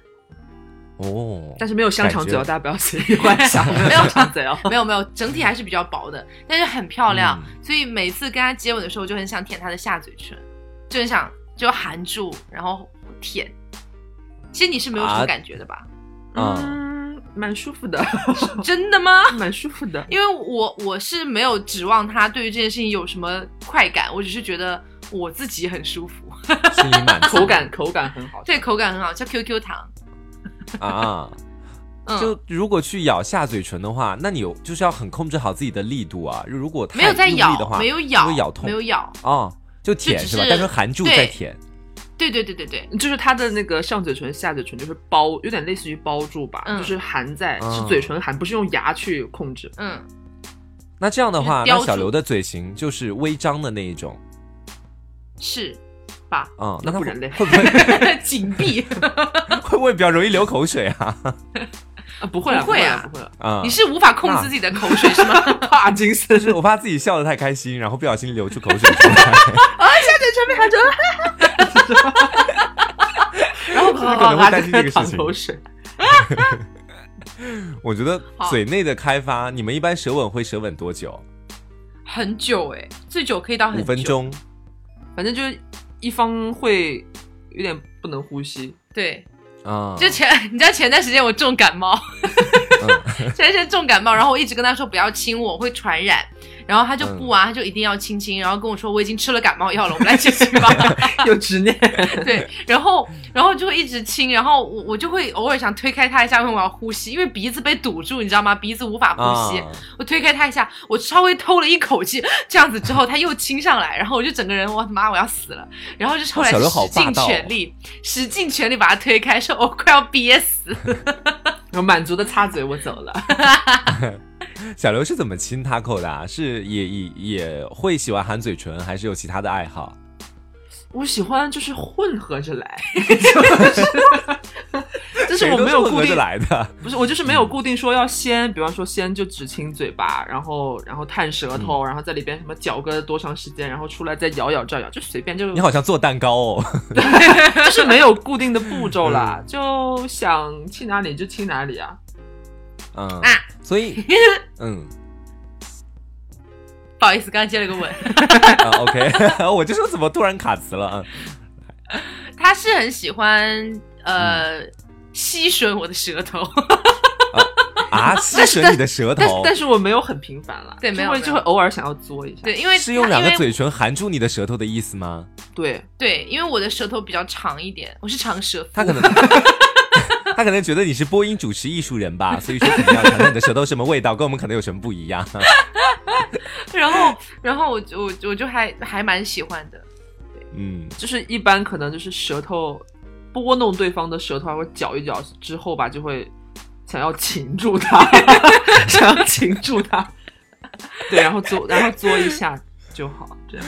B: 哦，
C: 但是没有香肠嘴哦，
B: 感觉
C: 大家不要随意幻想，没
A: 没
C: 有香
A: 有
C: 肠嘴哦。
A: 没有没有，整体还是比较薄的，但是很漂亮。
B: 嗯
A: 所以每次跟他接吻的时候，我就很想舔他的下嘴唇，就很想就含住，然后舔。其实你是没有什么
B: 啊
A: 感觉的吧？
C: 嗯，蛮舒服的，
A: 真的吗？
C: 蛮舒服的。
A: 因为我我是没有指望他对于这件事情有什么快感，我只是觉得我自己很舒服，
B: 心里满足
C: 口感口感很好，
A: 对，口感很好，叫 QQ 糖。
B: 啊。
A: 嗯，
B: 就如果去咬下嘴唇的话，那你有就是要很控制好自己的力度啊。如果太
A: 没有在
B: 用力
A: 咬
B: 的话，，
A: 没有咬，
B: 会咬痛，
A: 没有咬。
B: 哦，就舔
A: 就只
B: 吧？
A: 是
B: 但是含住
A: 对
B: 再舔，
A: 对对对对对，
C: 就是它的那个上嘴唇、下嘴唇，就是包，有点类似于包住吧，
A: 嗯
C: 就是含在，
B: 嗯
C: 是嘴唇含，不是用牙去控制。
A: 嗯，
B: 那这样的话，
A: 就是叼
B: 那
A: 住
B: 小刘的嘴型就是微张的那一种？
A: 是吧
B: 啊、那他
C: 不
B: 会
C: 人类
B: 会 不会
A: 紧闭，
B: 会不会比较容易流口水啊？
C: 啊，不会啊，
A: 不会啊
C: 不会啊，
B: 啊、
A: 你是无法控制自己的口水是吗？
C: 帕金森
B: 就是我怕自己笑得太开心，然后不小心流出口水出来，
C: 然后可
A: 啊
B: 可能会担心这个事情
C: 淌口水。
B: 我觉得
A: 好
B: 嘴内的开发，你们一般舌吻会舌吻多久？
A: 很久哎，最久可以到很久
B: 五分。钟。
C: 反正就是一方会有点不能呼吸，
A: 对，
B: 啊、
A: 就前 你知道前段时间我重感冒，
B: 嗯
A: 前段时间重感冒，然后我一直跟他说不要亲我，会传染。然后他就
B: 嗯
A: 不啊，他就一定要亲亲，然后跟我说我已经吃了感冒药了，我们来亲亲吧。
C: 有执念。
A: 对，然后然后就会一直亲，然后我我就会偶尔想推开他一下，因为我要呼吸，因为鼻子被堵住，你知道吗？鼻子无法呼吸。
B: 啊
A: 我推开他一下，我稍微偷了一口气，这样子之后他又亲上来，然后我就整个人，我的妈，我要死了！然后就是后来
B: 小刘好
A: 使
B: 霸
A: 尽
B: 道哦
A: 全力，使尽全力把他推开，说我快要憋死。
C: 然后满足的擦嘴，我走了。
B: 小刘是怎么亲 Taco 的、啊？是也也也会喜欢含嘴唇，还是有其他的爱好？
C: 我喜欢就是混合着来，就是但是我没
B: 谁
C: 有
B: 都是
C: 固
B: 合着
C: 定，
B: 来的。
C: 不是我就是没有固定说要先，比方说先就只亲嘴巴，然后然后探舌头，然后在里边什么嚼个多长时间，然后出来再咬咬这咬，就随便就
B: 你好像做蛋糕哦。
C: 就是没有固定的步骤啦，就想亲哪里就亲哪里啊。
B: 嗯，
A: 啊
B: 所 以嗯
A: 不好意思，刚刚接了个吻。
B: 啊 OK，我 就说怎么突然卡词了？啊
A: 他是很喜欢呃、吸吮我的舌头，
B: 嗯啊，吸吮你的舌
C: 但是
B: 头，
C: 但是我没有很频繁啦，
A: 对没有
C: 就会
A: 没有
C: 就会偶尔想要嘬一下。
A: 对，因 为
B: 是用两
A: 因
B: 个
A: 为
B: 嘴唇含住你的舌头的意思吗？
C: 对，
A: 对，因为我的舌头比较长一点，我是 长舌妇。
B: 他 可能他可能觉得你是播音主持艺术人吧，所以说可能要尝尝你的舌头什么味道，跟我们可能有什么不一样。啊
A: 然后然后我就我我就还还蛮喜欢的，
B: 嗯，
C: 就是一般可能就是舌头拨弄对方的舌头，还会搅一搅之后吧，就会想要擒住他， 想要擒住他。对，然后嘬，然后嘬一下就好，这样。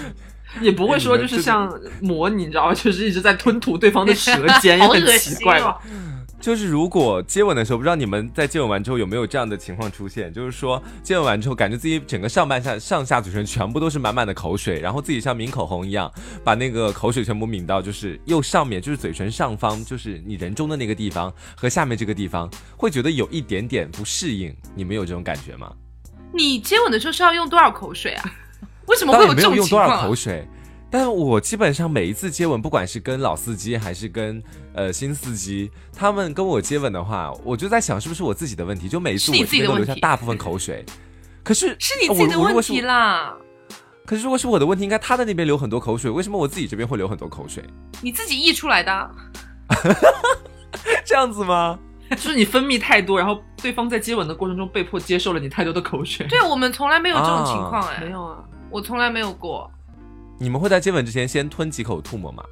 C: 也不会说就是像模拟，你知道吗？就是一直在吞吐对方的舌 尖，也
A: 好
C: 很
A: 恶
C: 奇
A: 心
C: 怪吧
A: 哦？。
B: 就是如果接吻的时候，不知道你们在接吻完之后有没有这样的情况出现，就是说接吻完之后，感觉自己整个上半下上下嘴唇全部都是满满的口水，然后自己像抿口红一样，把那个口水全部抿到就是右上面，就是嘴唇上方，就是你人中的那个地方和下面这个地方，会觉得有一点点不适应。你们有这种感觉吗？
A: 你接吻的时候是要用多少口水啊？为什么
B: 当
A: 会
B: 然也
A: 这
B: 没有
A: 种
B: 用
A: 情
B: 多
A: 况、
B: 少
A: 啊
B: 口？水，但我基本上每一次接吻，不管是跟老司机还是跟呃新司机，他们跟我接吻的话，我就在想是不是我自己的问题，就每一次
A: 是你
B: 我这
A: 自己
B: 边
A: 的
B: 都
A: 问
B: 留下
A: 题
B: 大部分口水。可是呃
A: 是你自己的
B: 啊我我如
A: 问
B: 果是
A: 题啦，
B: 可是如果是我的问题，应该他的那边流很多口水，为什么我自己这边会流很多口水？
A: 你自己溢出来的啊。
B: 这样子吗？
C: 就是你分泌太多，然后对方在接吻的过程中被迫接受了你太多的口水。
A: 对我们从来没有这种情
B: 啊
A: 况哎、
C: 啊没有啊，
A: 我从来没有过。
B: 你们会在接吻之前先吞几口吐沫吗？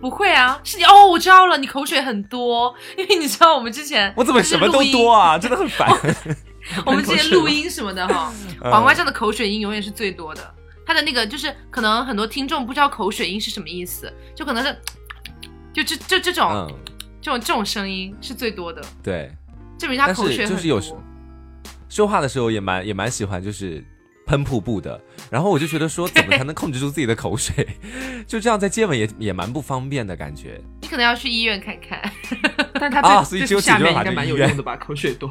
A: 不会啊，是你哦，我知道了，你口水很多，因为你知道我们之前
B: 我怎么
A: 就是
B: 什么都
A: 录音
B: 多啊？真的很 烦。
A: 我们之前录音什么的 哈，
B: 嗯
A: 哦黄瓜酱的口水音永远是最多的。它的那个就是可能很多听众不知道口水音是什么意思，就可能是就这这这种、
B: 嗯，
A: 这种这种声音是最多的，
B: 对，
A: 证明他
B: 但
A: 口
B: 是
A: 水
B: 就
A: 很
B: 是有
A: 多。
B: 时说话的时候也蛮也蛮喜欢就是喷瀑布的，然后我就觉得说怎么才能控制住自己的口水？ 就这样在接吻也也蛮不方便的感觉。
A: 你可能要去医院看 看
C: 但是它
B: 啊
C: 这
B: 所以
C: 这
B: 只有
C: 下
B: 解决
C: 面
B: 法
C: 应该
B: 这
C: 蛮
B: 一
C: 有
B: 院
C: 用的吧？口水多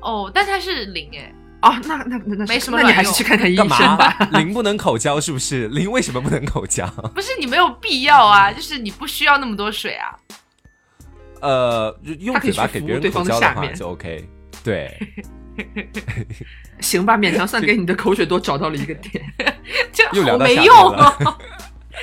A: 哦，但它是零哎，
C: 哦，那那那那
A: 没
C: 是
A: 什么
C: 那你
A: 卵
C: 还是
A: 用
C: 去看看医
B: 干
C: 生吧。
B: 嘛？零不能口交是不是？零为什么不能口交？
A: 不是你没有必要啊，就是你不需要那么多水啊。
B: 呃，用
C: 他可以
B: 嘴巴
C: 去
B: 给
C: 服
B: 别
C: 务对
B: 人口
C: 方的
B: 交的
C: 下
B: 话
C: 面
B: 就 OK。对，
C: 行吧，勉强算给你的口水多找到了一 个点。
A: 就
B: 又聊
A: 好
B: 到
A: 没
B: 下面
A: 用哦，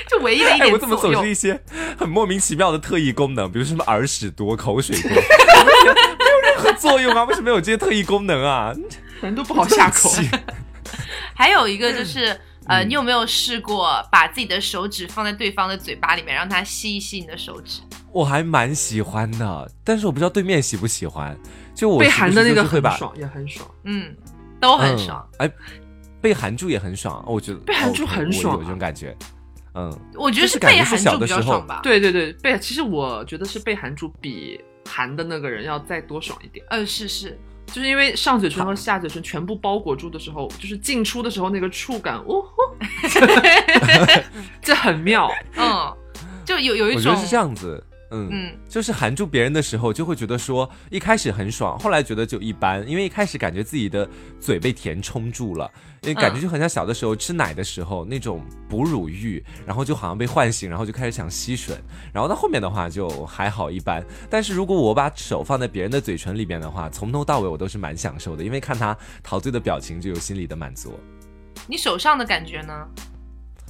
A: 就唯一的一
B: 哎，
A: 点
B: 我怎么
A: 作
B: 总
A: 用
B: 是一。些很莫名其妙的特异功能，比如说什么耳屎多、口水多 ，没有任何作用啊？为什么有这些特异功能啊？
C: 难都不好下口。
B: 气
A: 还有一个就是，
B: 嗯
A: 呃，你有没有试过把自己的手指放在对方的嘴巴里面，让他吸一吸你的手指？
B: 我还蛮喜欢的，但是我不知道对面喜不喜欢。就我
C: 被
B: 时不
C: 含
B: 时
C: 的那
B: 就
C: 个
B: 是会
C: 很
B: 把
C: 爽，也很爽。
A: 嗯，都很爽。。
B: 嗯哎，被含住也很爽，我觉得
C: 被含住
B: OK，
C: 很
B: 我
C: 爽啊
B: 有这种感觉。嗯，
A: 我觉得
B: 就是是感
A: 被
B: 觉是
A: 含
B: 小
A: 住
B: 的
A: 比
B: 时
A: 较
B: 候
A: 爽吧。，
C: 对对对，被其实我觉得是被含住比含的那个人要再多爽一点，
A: 呃，是是，
C: 就是因为上嘴唇和下嘴唇全部包裹住的时候，就是进出的时候那个触感，哦吼，这很妙。
A: 嗯，就有有一
B: 我觉
A: 种
B: 得是这，样子。嗯
A: 嗯，
B: 就是含住别人的时候，就会觉得说一开始很爽，后来觉得就一般，因为一开始感觉自己的嘴被填充住了，因为感觉
A: 嗯
B: 就很像小的时候吃奶的时候那种哺乳欲，然后就好像被唤醒，然后就开始想吸吮，然后到后面的话就还好一般。但是如果我把手放在别人的嘴唇里边的话，从头到尾我都是蛮享受的，因为看他陶醉的表情就有心里的满足。
A: 你手上的感觉呢？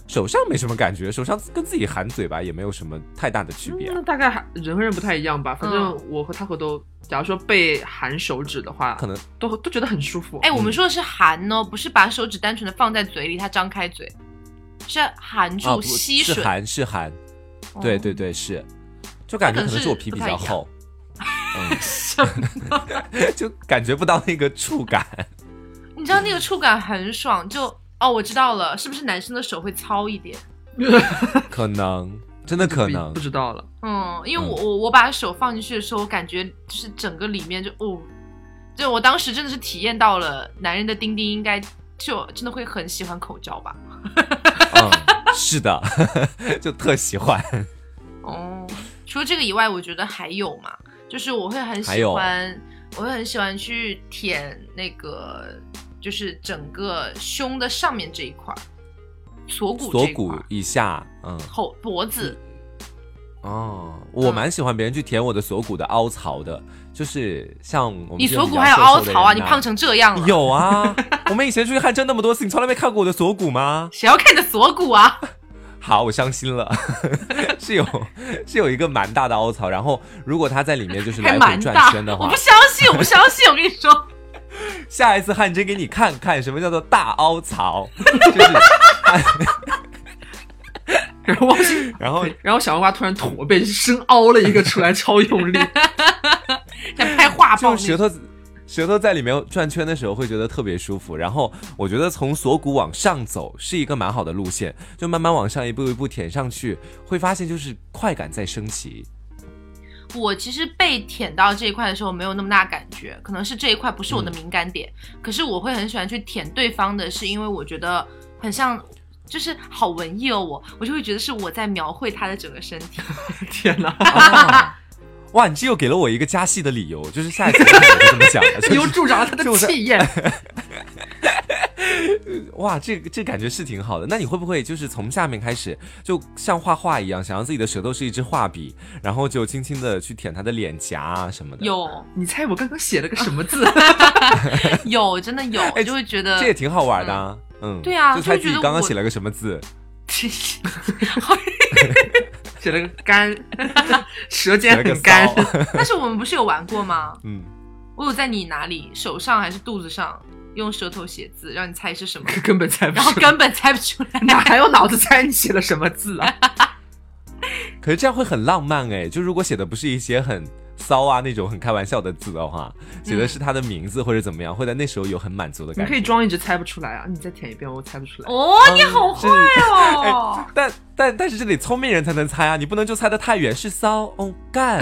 B: 手上没什么感觉，手上跟自己含嘴巴也没有什么太大的区别啊、
C: 那嗯大概还人和人不太一样吧，反正我和 Taco 都，假如说被含手指的话，
B: 嗯可能
C: 都都觉得很舒服。
B: 嗯
A: 哎，我们说的是含哦，不是把手指单纯的放在嘴里，它张开嘴，是含
B: 啊，
A: 住
B: 不
A: 吸
B: 是
A: 吮。哦
B: 含是含，对对对是，就感觉
A: 那
B: 可
A: 可能
B: 能
A: 是
B: 是我皮比较 厚，
A: 什么
B: 嗯， 就感觉不到那个触 感。
A: 你知道那个触感很爽，就哦，我知道了，是不是男生的手会糙一点？
B: 可能，真的可能
C: 不。知道了，
A: 嗯，因
B: 嗯
A: 为我我我把手放进去的时候，我感觉就是整个里面就哦，就我当时真的是体验到了男人的丁丁应该就真的会很喜欢口交吧。
B: 嗯，是的， 就特喜欢。
A: 哦，除了这个以外，我觉得还有嘛，就是我会很
B: 还
A: 喜
B: 有
A: 欢，我会很喜欢去舔那个就是整个胸的上面这一块儿，锁骨
B: 锁
A: 这一
B: 骨嗯
A: 块儿，
B: 以下，嗯，
A: 后脖子。
B: 哦，我
A: 嗯
B: 蛮喜欢别人去舔我的锁骨的凹槽的，就是像我们
A: 你
B: 这
A: 锁
B: 种比
A: 骨
B: 较
A: 还有
B: 瘦
A: 凹
B: 瘦的
A: 槽啊？
B: 人
A: 你胖成这样了，
B: 有啊？我们以前出去汗蒸那么多次，你从来没看过我的锁骨吗？
A: 谁要看你的锁骨啊？
B: 好，我伤心了， 是有是有一个蛮大的凹槽，然后如果它在里面就是
A: 还
B: 来回
A: 蛮大
B: 转圈的，
A: 我
B: 话
A: 不，相信，我不相信，我跟你 说，
B: 下一次汗蒸给你看看什么叫做大凹槽， 就是，
C: 然后忘记
B: 然后
C: 然后小黄瓜突然驼背，深凹了一个出来，超用力。
A: 想拍画报
B: 就
A: 那
B: 舌
A: 种。
B: 头舌头在里面转圈的时候会觉得特别舒服，然后我觉得从锁骨往上走是一个蛮好的路线，就慢慢往上一步一步舔上去，会发现就是快感在升起。
A: 我其实被舔到这一块的时候没有那么大感觉，可能是这一块不是我
B: 嗯
A: 的敏感点，可是我会很喜欢去舔对方的，是因为我觉得很像。就是好文艺哦，我我就会觉得是我在描绘他的整个身体，
C: 天哪！
B: 啊哇，你这又给了我一个加戏的理由，就是下一次我就这么想了，
C: 你
B: 就
C: 又
B: 是
C: 助长了他的
B: 是我在
C: 气焰。
B: 哇，这个这感觉是挺好的。那你会不会就是从下面开始，就像画画一样，想让自己的舌头是一支画笔，然后就轻轻的去舔他的脸颊啊什么的？，
A: 有
C: 你猜我刚刚写了个什么字？
A: 有真的有，我
B: 哎
A: 就会觉得
B: 这也挺好玩的、啊。嗯，
A: 对啊
B: 就
A: 就会
B: 猜
A: 觉
B: 自
A: 得
B: 己刚刚
A: 我
B: 写了个什么字。
C: 写了个干， 舌尖
B: 写了个
C: 很干。
B: 骚
A: 但是我们不是有玩过吗？
B: 嗯，
A: 我有在你哪里手上还是肚子上用舌头写字，让你猜是什么，
C: 根本猜不
A: 然后
C: 出来，
A: 根本猜 不出
B: 嗯
A: 来。
C: 哪还有脑子猜你写了什么字啊？
B: 可是这样会很浪漫哎，就如果写的不是一些很骚啊那种很开玩笑的字的话，写
A: 嗯
B: 的是他的名字或者怎么样，会在那时候有很满足的
C: 你
B: 感
C: 可以
B: 觉。
C: 装一直猜不出来啊！你再填一遍，我猜不出来。
A: 哦，你好坏哦！
B: 但但但是这里聪明人才能猜啊，你不能就猜的太远，是骚哦 干，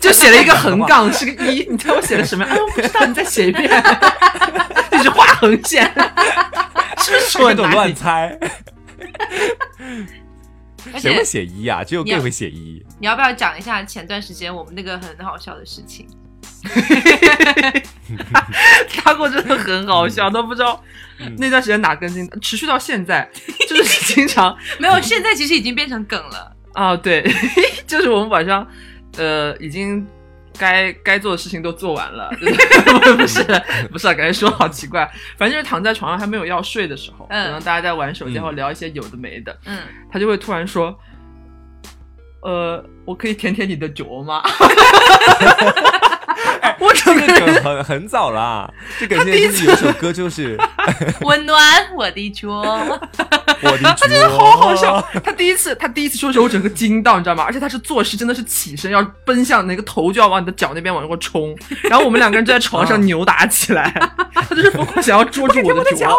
C: 就写了一个横杠，是个一。你猜我写了什么？哎，我不知道，你再写一遍。 就是画横线， 是不是
B: 各
C: 蠢
B: 种
C: 啊
B: 乱
C: 你
B: 猜，
A: 而
B: 谁
A: 且
B: 会写一啊？只有 gay 会写一。
A: 你要不要讲一下前段时间我们那个很好笑的事情？
C: 他给我真的很好笑，都不知道那段时间哪根筋，持续到现在， 就是经常
A: 没有，现在其实已经变成梗 了。
C: 啊，对， 就是我们晚上，呃，已经该该做的事情都做完了， 不是不是、啊，感觉说好奇怪，反正就是躺在床上还没有要睡的时候，
A: 嗯
C: 可能大家在玩手机
B: 嗯
C: 或聊一些有的没的，
A: 嗯，
C: 他就会突然说，呃，我可以舔舔你的脚 吗？我整
B: 这
C: 个
B: 个
C: 人
B: 梗很很早啦，这梗
C: 第一
B: 现在就是有一首歌就是
A: 温暖我的脚，
B: 我 的主，
C: 好 好笑。他第一次，他第一次说的时候，我整个惊到，你知道吗？而且他是做事真的是起身要奔向那个头，就要往你的脚那边往过冲。然后我们两个人就在床上扭打起来，他就是疯狂想要捉住我的脚。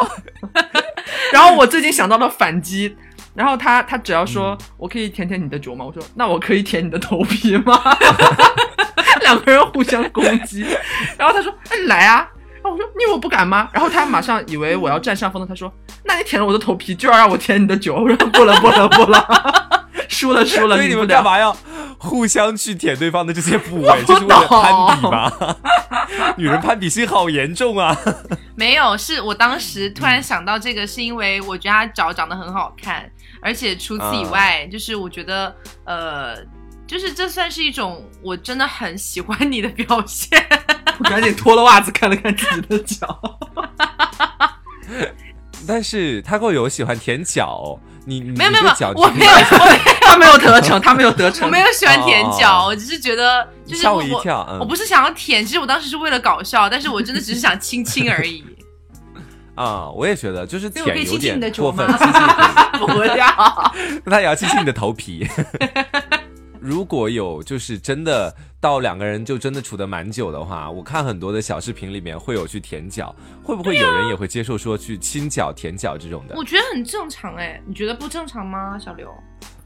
C: 然后我最近想到了反击。然后他他只要说、我可以舔舔你的脚吗？我说那我可以舔你的头皮吗？ 两个人互相攻击。然后他说：“哎，来啊！”然后我说：“你以为我不敢吗？”然后他马上以为我要占上风了，他说：“那你舔了我的头皮，就要让我舔你的脚。”我说：“不了，不了，不了， 输了，输了，
B: 所以你
C: 赢不
B: 们干
C: 了。
B: 嘛要互相去舔对方的这些部位？
C: 不
B: 就是为了攀比
C: 懂
B: 吧？ 女人攀比心好严重啊！
A: 没有，是我当时突然想到这个，是因为我觉得他脚长得很好看，而且除此以
B: 啊
A: 外，就是我觉得呃，就是这算是一种我真的很喜欢你的表 现。
C: 我赶紧脱了袜子看了看自己的脚，
B: 但是他会有喜欢舔脚，你你
A: 没有没
B: 你
A: 有没
B: 对
A: 有
B: 脚，
A: 我没有
C: 他没有得逞，他没有得逞，
A: 我没有喜欢舔脚，
B: 哦
A: 我只是觉得
B: 你
A: 就是
B: 吓
A: 我
B: 我一跳，嗯
A: 我不是想要舔，其实我当时是为了搞笑，但是我真的只是想亲亲 而已。
B: 啊，我也觉得就是
A: 所以我可以
B: 舔有
A: 亲亲
B: 点
A: 你的脚
B: 过分，
A: 吗
B: 亲亲你的脚
C: 不
B: 啊
C: 要。
B: 那也要亲亲你的头皮。如果有就是真的到两个人就真的处得蛮久的话，我看很多的小视频里面会有去舔脚，会不会有人也会接受说去亲脚、舔脚这种的
A: 我？觉得很正常哎、你觉得不正常吗，小刘？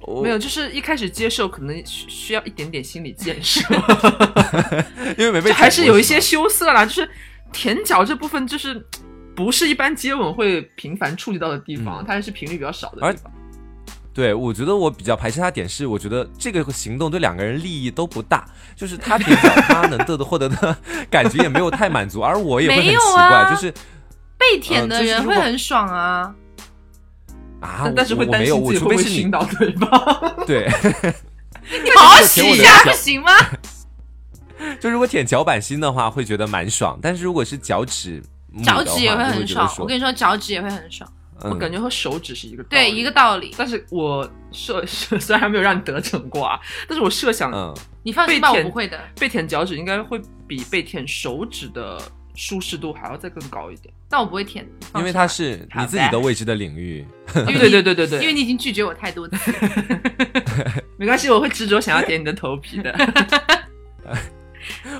B: 我
C: 没有，，就是一开始接受可能需需要一点点心理建设，
B: 因为没被
C: 就还是有一些
B: 舔过
C: 羞涩啦，就是舔脚这部分就是。不是一般接吻会频繁触及到的地方，
B: 嗯
C: 它还是频率比较少的
B: 而
C: 地方。
B: 嘛。对，我觉得我比较排斥他点是，我觉得这个行动对两个人利益都不大，就是他舔脚，他能得的获得的感觉也没有太满足，而我也会很
A: 没
B: 奇
A: 有
B: 怪，
A: 啊
B: 就是
A: 被舔
B: 呃
A: 的
B: 就是
A: 人
B: 如
A: 会
B: 果
A: 很爽 啊，
B: 啊，
C: 但
B: 我
C: 但是会
B: 我
C: 担
B: 没有，
C: 心自
B: 我
C: 己
B: 除
C: 会不
B: 非
C: 会
B: 是你
C: 熏到对方。
B: 对。
A: 你好好
B: 舔
A: 洗
B: 我
A: 一
B: 的
A: 下
B: 脚
A: 不 行吗？
B: 就如果舔脚板心的话，会觉得蛮爽，但是如果是脚趾母的
A: 脚
B: 话，
A: 趾也
B: 就会
A: 很
B: 觉得
A: 爽，我跟你说，脚趾也会很爽，
B: 嗯、
C: 我感觉和手指是一个道
A: 对，
C: 理
A: 一个。道理。
C: 但是我设虽然还没有让你得逞过啊，但是我设想
B: 嗯，
A: 你放心
C: 被
A: 吧，我
C: 舔
A: 不会的。
C: 被舔脚趾应该会比被舔手指的舒适度还要再更高一点。
A: 但我不会舔，
B: 因为它是
C: 好
B: 你自己都未知的领域，
A: 放心 吧
C: 对对对对对
A: 因为你已经拒绝我太多次。
C: 没关系，我会执 着想要舔你的头皮的。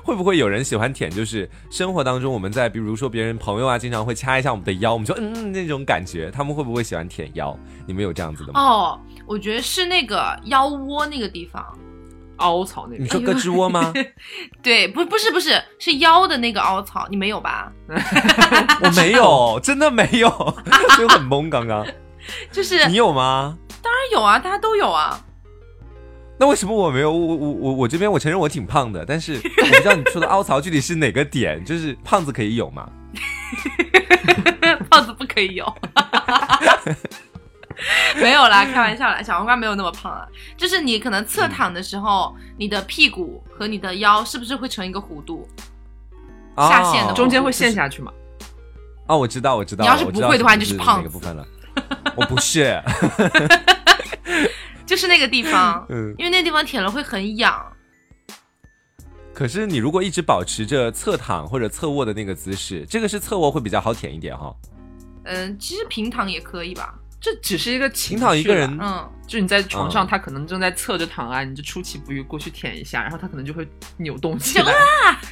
B: 会不会有人喜欢舔？就是生活当中我们在比如说别人朋友啊，经常会掐一下我们的腰，我们就嗯嗯那种感觉，他们会不会喜欢舔腰？你们有这样子的吗？
A: 哦，我觉得是那个腰窝那个地方，
C: 凹槽那
B: 你
C: 边，
B: 说胳肢窝吗？
A: 对，不不是不是是腰的那个凹槽，你没有吧？
B: 我没有，真的没有， 所以我很懵。刚刚
A: 就是
B: 你有吗？
A: 当然有啊，大家都有啊。
B: 那为什么我没有？我我我我这边我承认我挺胖的，但 是我不知道你说的凹槽具体是哪个点，就是胖子可以有吗？
A: 胖子不可以有。没有啦，开玩笑啦，小黄瓜没有那么胖啊。就是你可能侧躺的时候，你的屁股和你的腰是不是会成一个弧度？下线的
B: 哦
C: 中间会陷下去嘛？
B: 哦，我知道，我知道。
A: 你要是
B: 我
A: 不
B: 知道
A: 会的话
B: 你
A: 你就是
B: 哪
A: 胖
B: 个
A: 子
B: 部分了。我不 是，
A: 就是那个地方，
B: 嗯
A: 因为那地方舔了会很痒。
B: 可是你如果一直保持着侧躺或者侧卧的那个姿势，这个是侧卧会比较好舔一点哈、
A: 嗯、其实平躺也可以吧。
C: 这只是一个情
B: 平躺一
C: 绪
B: 个
C: 吧
B: 人
A: 嗯，
C: 就你在床上，
B: 嗯
C: 他可能正在侧着躺啊，你就出其不意过去舔一下，然后他可能就会扭动起
A: 就
C: 来，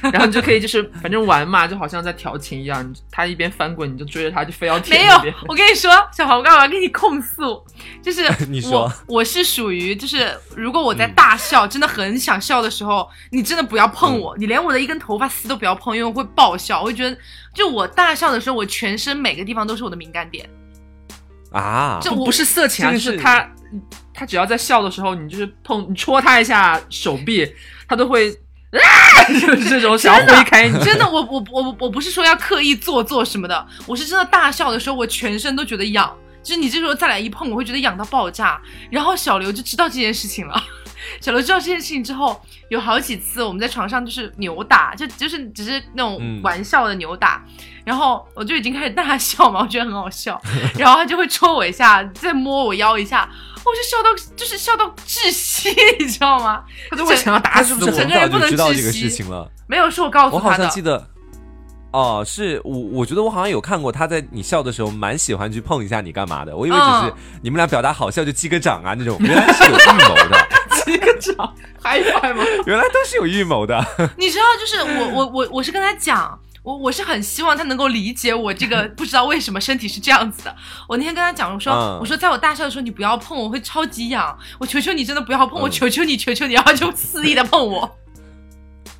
C: 然后你就可以就是反正玩嘛，就好像在调情一样，你他一边翻滚，你就追着他，就非要舔
A: 没
C: 一
A: 有
C: 边。，
A: 我跟你说，小黄瓜，我要跟你控诉，就是
B: 你说
A: 我我是属于就是，如果我在大笑，真的很想笑的时候，你真的不要碰
B: 嗯
A: 我，你连我的一根头发丝都不要碰，因为我会爆笑。我会觉得，就我大笑的时候，我全身每个地方都是我的敏感点。
B: 啊，
A: 这我
C: 不是色情啊，
B: 这
C: 就
B: 个
C: 是
B: 是
C: 他他只要在笑的时候，你就是碰你戳他一下手臂，他都会啊， 就是这种想要挥开你。
A: 真的，我我我我我不是说要刻意做作什么的，我是真的大笑的时候，我全身都觉得痒。就是你这时候再来一碰，我会觉得痒到爆炸。然后小刘就知道这件事情了。 小刘知道这件事情之后，有好几次我们在床上就是扭打，就就是只是那种
B: 嗯
A: 玩笑的扭打。然后我就已经开始大笑嘛，我觉得很好笑。然后他就会戳我一下，再摸我腰一下，我就笑到就是笑到窒息，你知道吗？
C: 他就会想要打
B: 他是不
C: 死
B: 是
C: 我。
B: 很
A: 整个
B: 早
A: 人不
B: 就
A: 能
B: 知道
A: 窒
B: 这个
A: 息
B: 事情了？
A: 没有，是我告诉
B: 我
A: 他
B: 好
A: 的。
B: 像记得，哦，是我，我觉得我好像有看过他在你笑的时候，蛮喜欢去碰一下你干嘛的。我以为只是
A: 嗯
B: 你们俩表达好笑就击个掌啊那种，原来是有预谋的，
C: 击个掌，嗨嗨吗？
B: 原来都是有预谋的。
A: 你知道，就是
B: 嗯
A: 我我我我是跟他讲，我我是很希望他能够理解我 这个不知道为什么身体是这样子的。我那天跟他讲，我说、
B: 嗯
A: 我说在我大笑的时候你不要碰，我会超级痒，我求求你真的不要碰，我
B: 嗯
A: 求求你求求你，然后就肆意的碰我，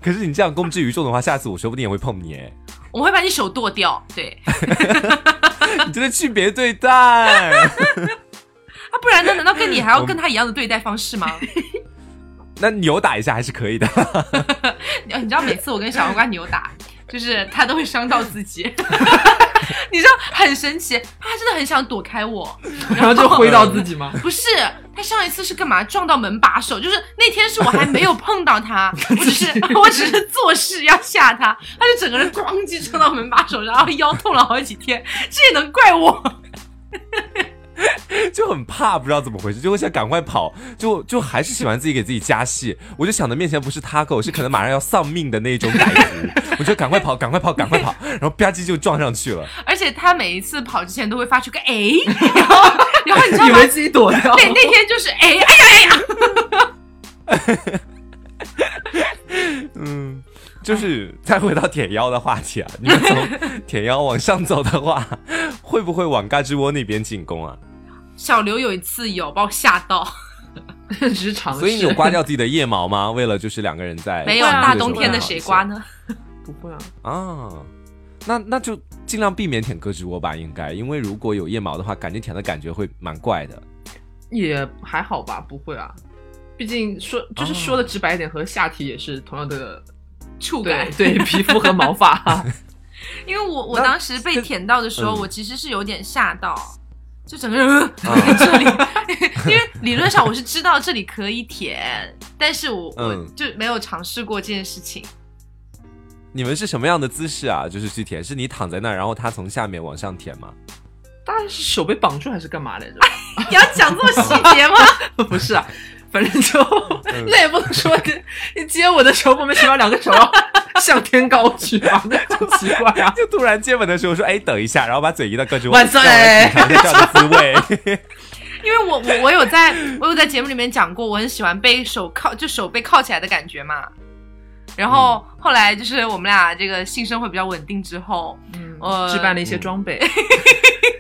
B: 可是你这样公之于众的话，下次我说不定也会碰你哎。
A: 我会把你手剁掉。对，
B: 你真的区别对待。
A: 啊，不然呢？难道跟你还要
B: 我
A: 跟他一样的对待方式吗？
B: 那扭打一下还是可以的。
A: 你知道每次我跟小黄瓜扭打，就是他都会伤到自己。 你知道很神奇，他真的很想躲开我，
C: 然后就挥到自己吗？
A: 不是，他上一次是干嘛撞到门把手？就是那天是我还没有碰 到他，我只是 我只是做事要吓他，他就整个人咣叽撞到门把手上，然后腰痛了好几天，这也能怪我？
B: 就很怕，不知道怎么回事，就会想赶快跑，就就还是喜欢自己给自己加戏。我就想的面前不是 taco，是可能马上要丧命的那种歹徒， 我就赶快跑，赶快跑，赶快跑，然后吧唧就撞上去了。
A: 而且他每一次跑之前都会发出个 哎，然后然后你知道
C: 以
A: 吗？
C: 为自己躲掉。
A: 那那天就是哎哎呀哎呀，
B: 嗯， 就是再回到舔腰的话题啊，你们从舔腰往上走的话，会不会往嘎吱窝那边进攻啊？
A: 小刘有一次有把我吓到，
C: 只是尝试。
B: 所以你有刮掉自己的腋毛吗？为了就是两个人在
A: 没有
C: 对啊
A: 大冬天的
B: 好一些
A: 谁刮呢？
C: 不会啊？
B: 啊，那那就尽量避免舔胳肢窝吧，应该，因为如果有腋毛的话，感觉舔的感觉会蛮怪的。
C: 也还好吧，不会啊。毕竟说就是
B: 哦
C: 说的直白一点，和下体也是同样的，
A: 触感
C: 对对，皮肤和毛发。
A: 因为我我
B: 那
A: 当时被
B: 这
A: 舔到的时候，
B: 嗯啊
A: 我其实是有点吓到，就整个人、 呃、在这里，因为理论上我是知道这里可以舔，但是我、我
B: 嗯
A: 就没有尝试过这件事情。
B: 你们是什么样的姿势啊？就是去舔，是你躺在那儿，然后他从下面往上舔吗？
C: 当然是手被绑住还是干嘛来着？
A: 你要讲这么细节吗？
C: 不是啊，反正就、
B: 嗯
C: 那也不能说你接我的时候莫名其妙两个手要 向天高举 吧，那就奇怪啊。
B: 就突然接吻的时候说，哎，等一下，然后把嘴移到胳肢窝，
C: 万岁
B: 让
A: 哎
B: 我来品尝一下这样的滋味。
A: 因为我我我有在我有在节目里面讲过，我很喜欢被手铐就手被铐起来的感觉嘛。然后后来就是我们俩这个性生活比较稳定之后，呃
C: 置办了一
B: 嗯
C: 些装备，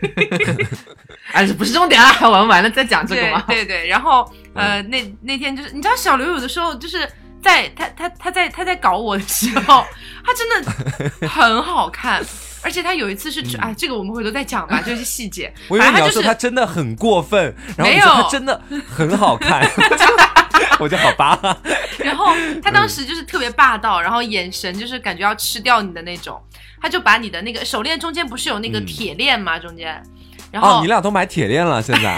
C: 哎，不是重点啊，玩完了 再讲这个嘛。
A: 对对对，然后
B: 嗯
A: 呃，那那天就是你知道小刘有的时候就是在他他他在他在搞我的时候，他真 的很好看。而且他有一次是，哎，这个我们回头再讲吧，就是细节。
B: 嗯 我以为
A: 反
B: 你
A: 正
B: 要
A: 他就
B: 说
A: 是
B: 他真的很过分，然后你
A: 没有
B: 说他真的很好 看， 我就好吧。
A: 然后他当
B: 嗯
A: 时就是特别霸道，然后眼神就是感觉要吃掉你的那种，他就把你的那个手链中间不是有那个
B: 嗯
A: 铁链吗？中间，然后、
B: 哦，你俩都买铁链了，现 在。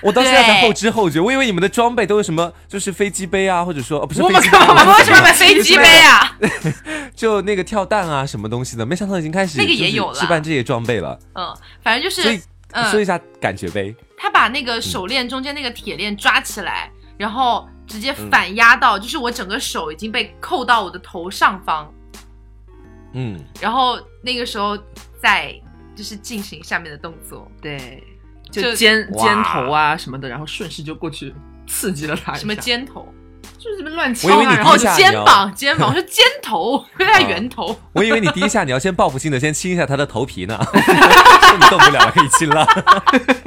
B: 我到现在才后知后觉，我以为你们的装备都有什么，就是飞机杯啊，或者说哦不是
C: 我
B: 飞
C: 们
B: 机杯
C: 干嘛
A: 我
B: 啊，
A: 们为什么买飞机杯 啊？
B: 就那个跳蛋啊什么东西的，没想到已经开始
A: 那个
B: 就
A: 也
B: 是
A: 有了
B: 置办这些装备了。
A: 嗯，反正就
B: 所
A: 是
B: 以，
A: 嗯，
B: 说一下感觉呗。
A: 他把那个手链中间那个铁链抓起来，然后直接反压到，就是我整个手已经被扣到我的头上方，
B: 嗯，
A: 然后那个时候再就是进行下面的动作，
C: 对，
A: 就
C: 就肩
B: 哇
C: 肩头啊什么的，然后顺势就过去刺激了他一下。
A: 什么肩头，
C: 就是这么乱啊七
B: 啊我以为
C: 八
B: 你
C: 糟。
A: 哦
B: 一下
A: 肩
B: 你要啊
A: 膀肩膀，我说肩头， 不是圆头，
B: 我以为你第一下你要先报复性的先亲一下他的头皮呢， 说你动不了了，可以亲了。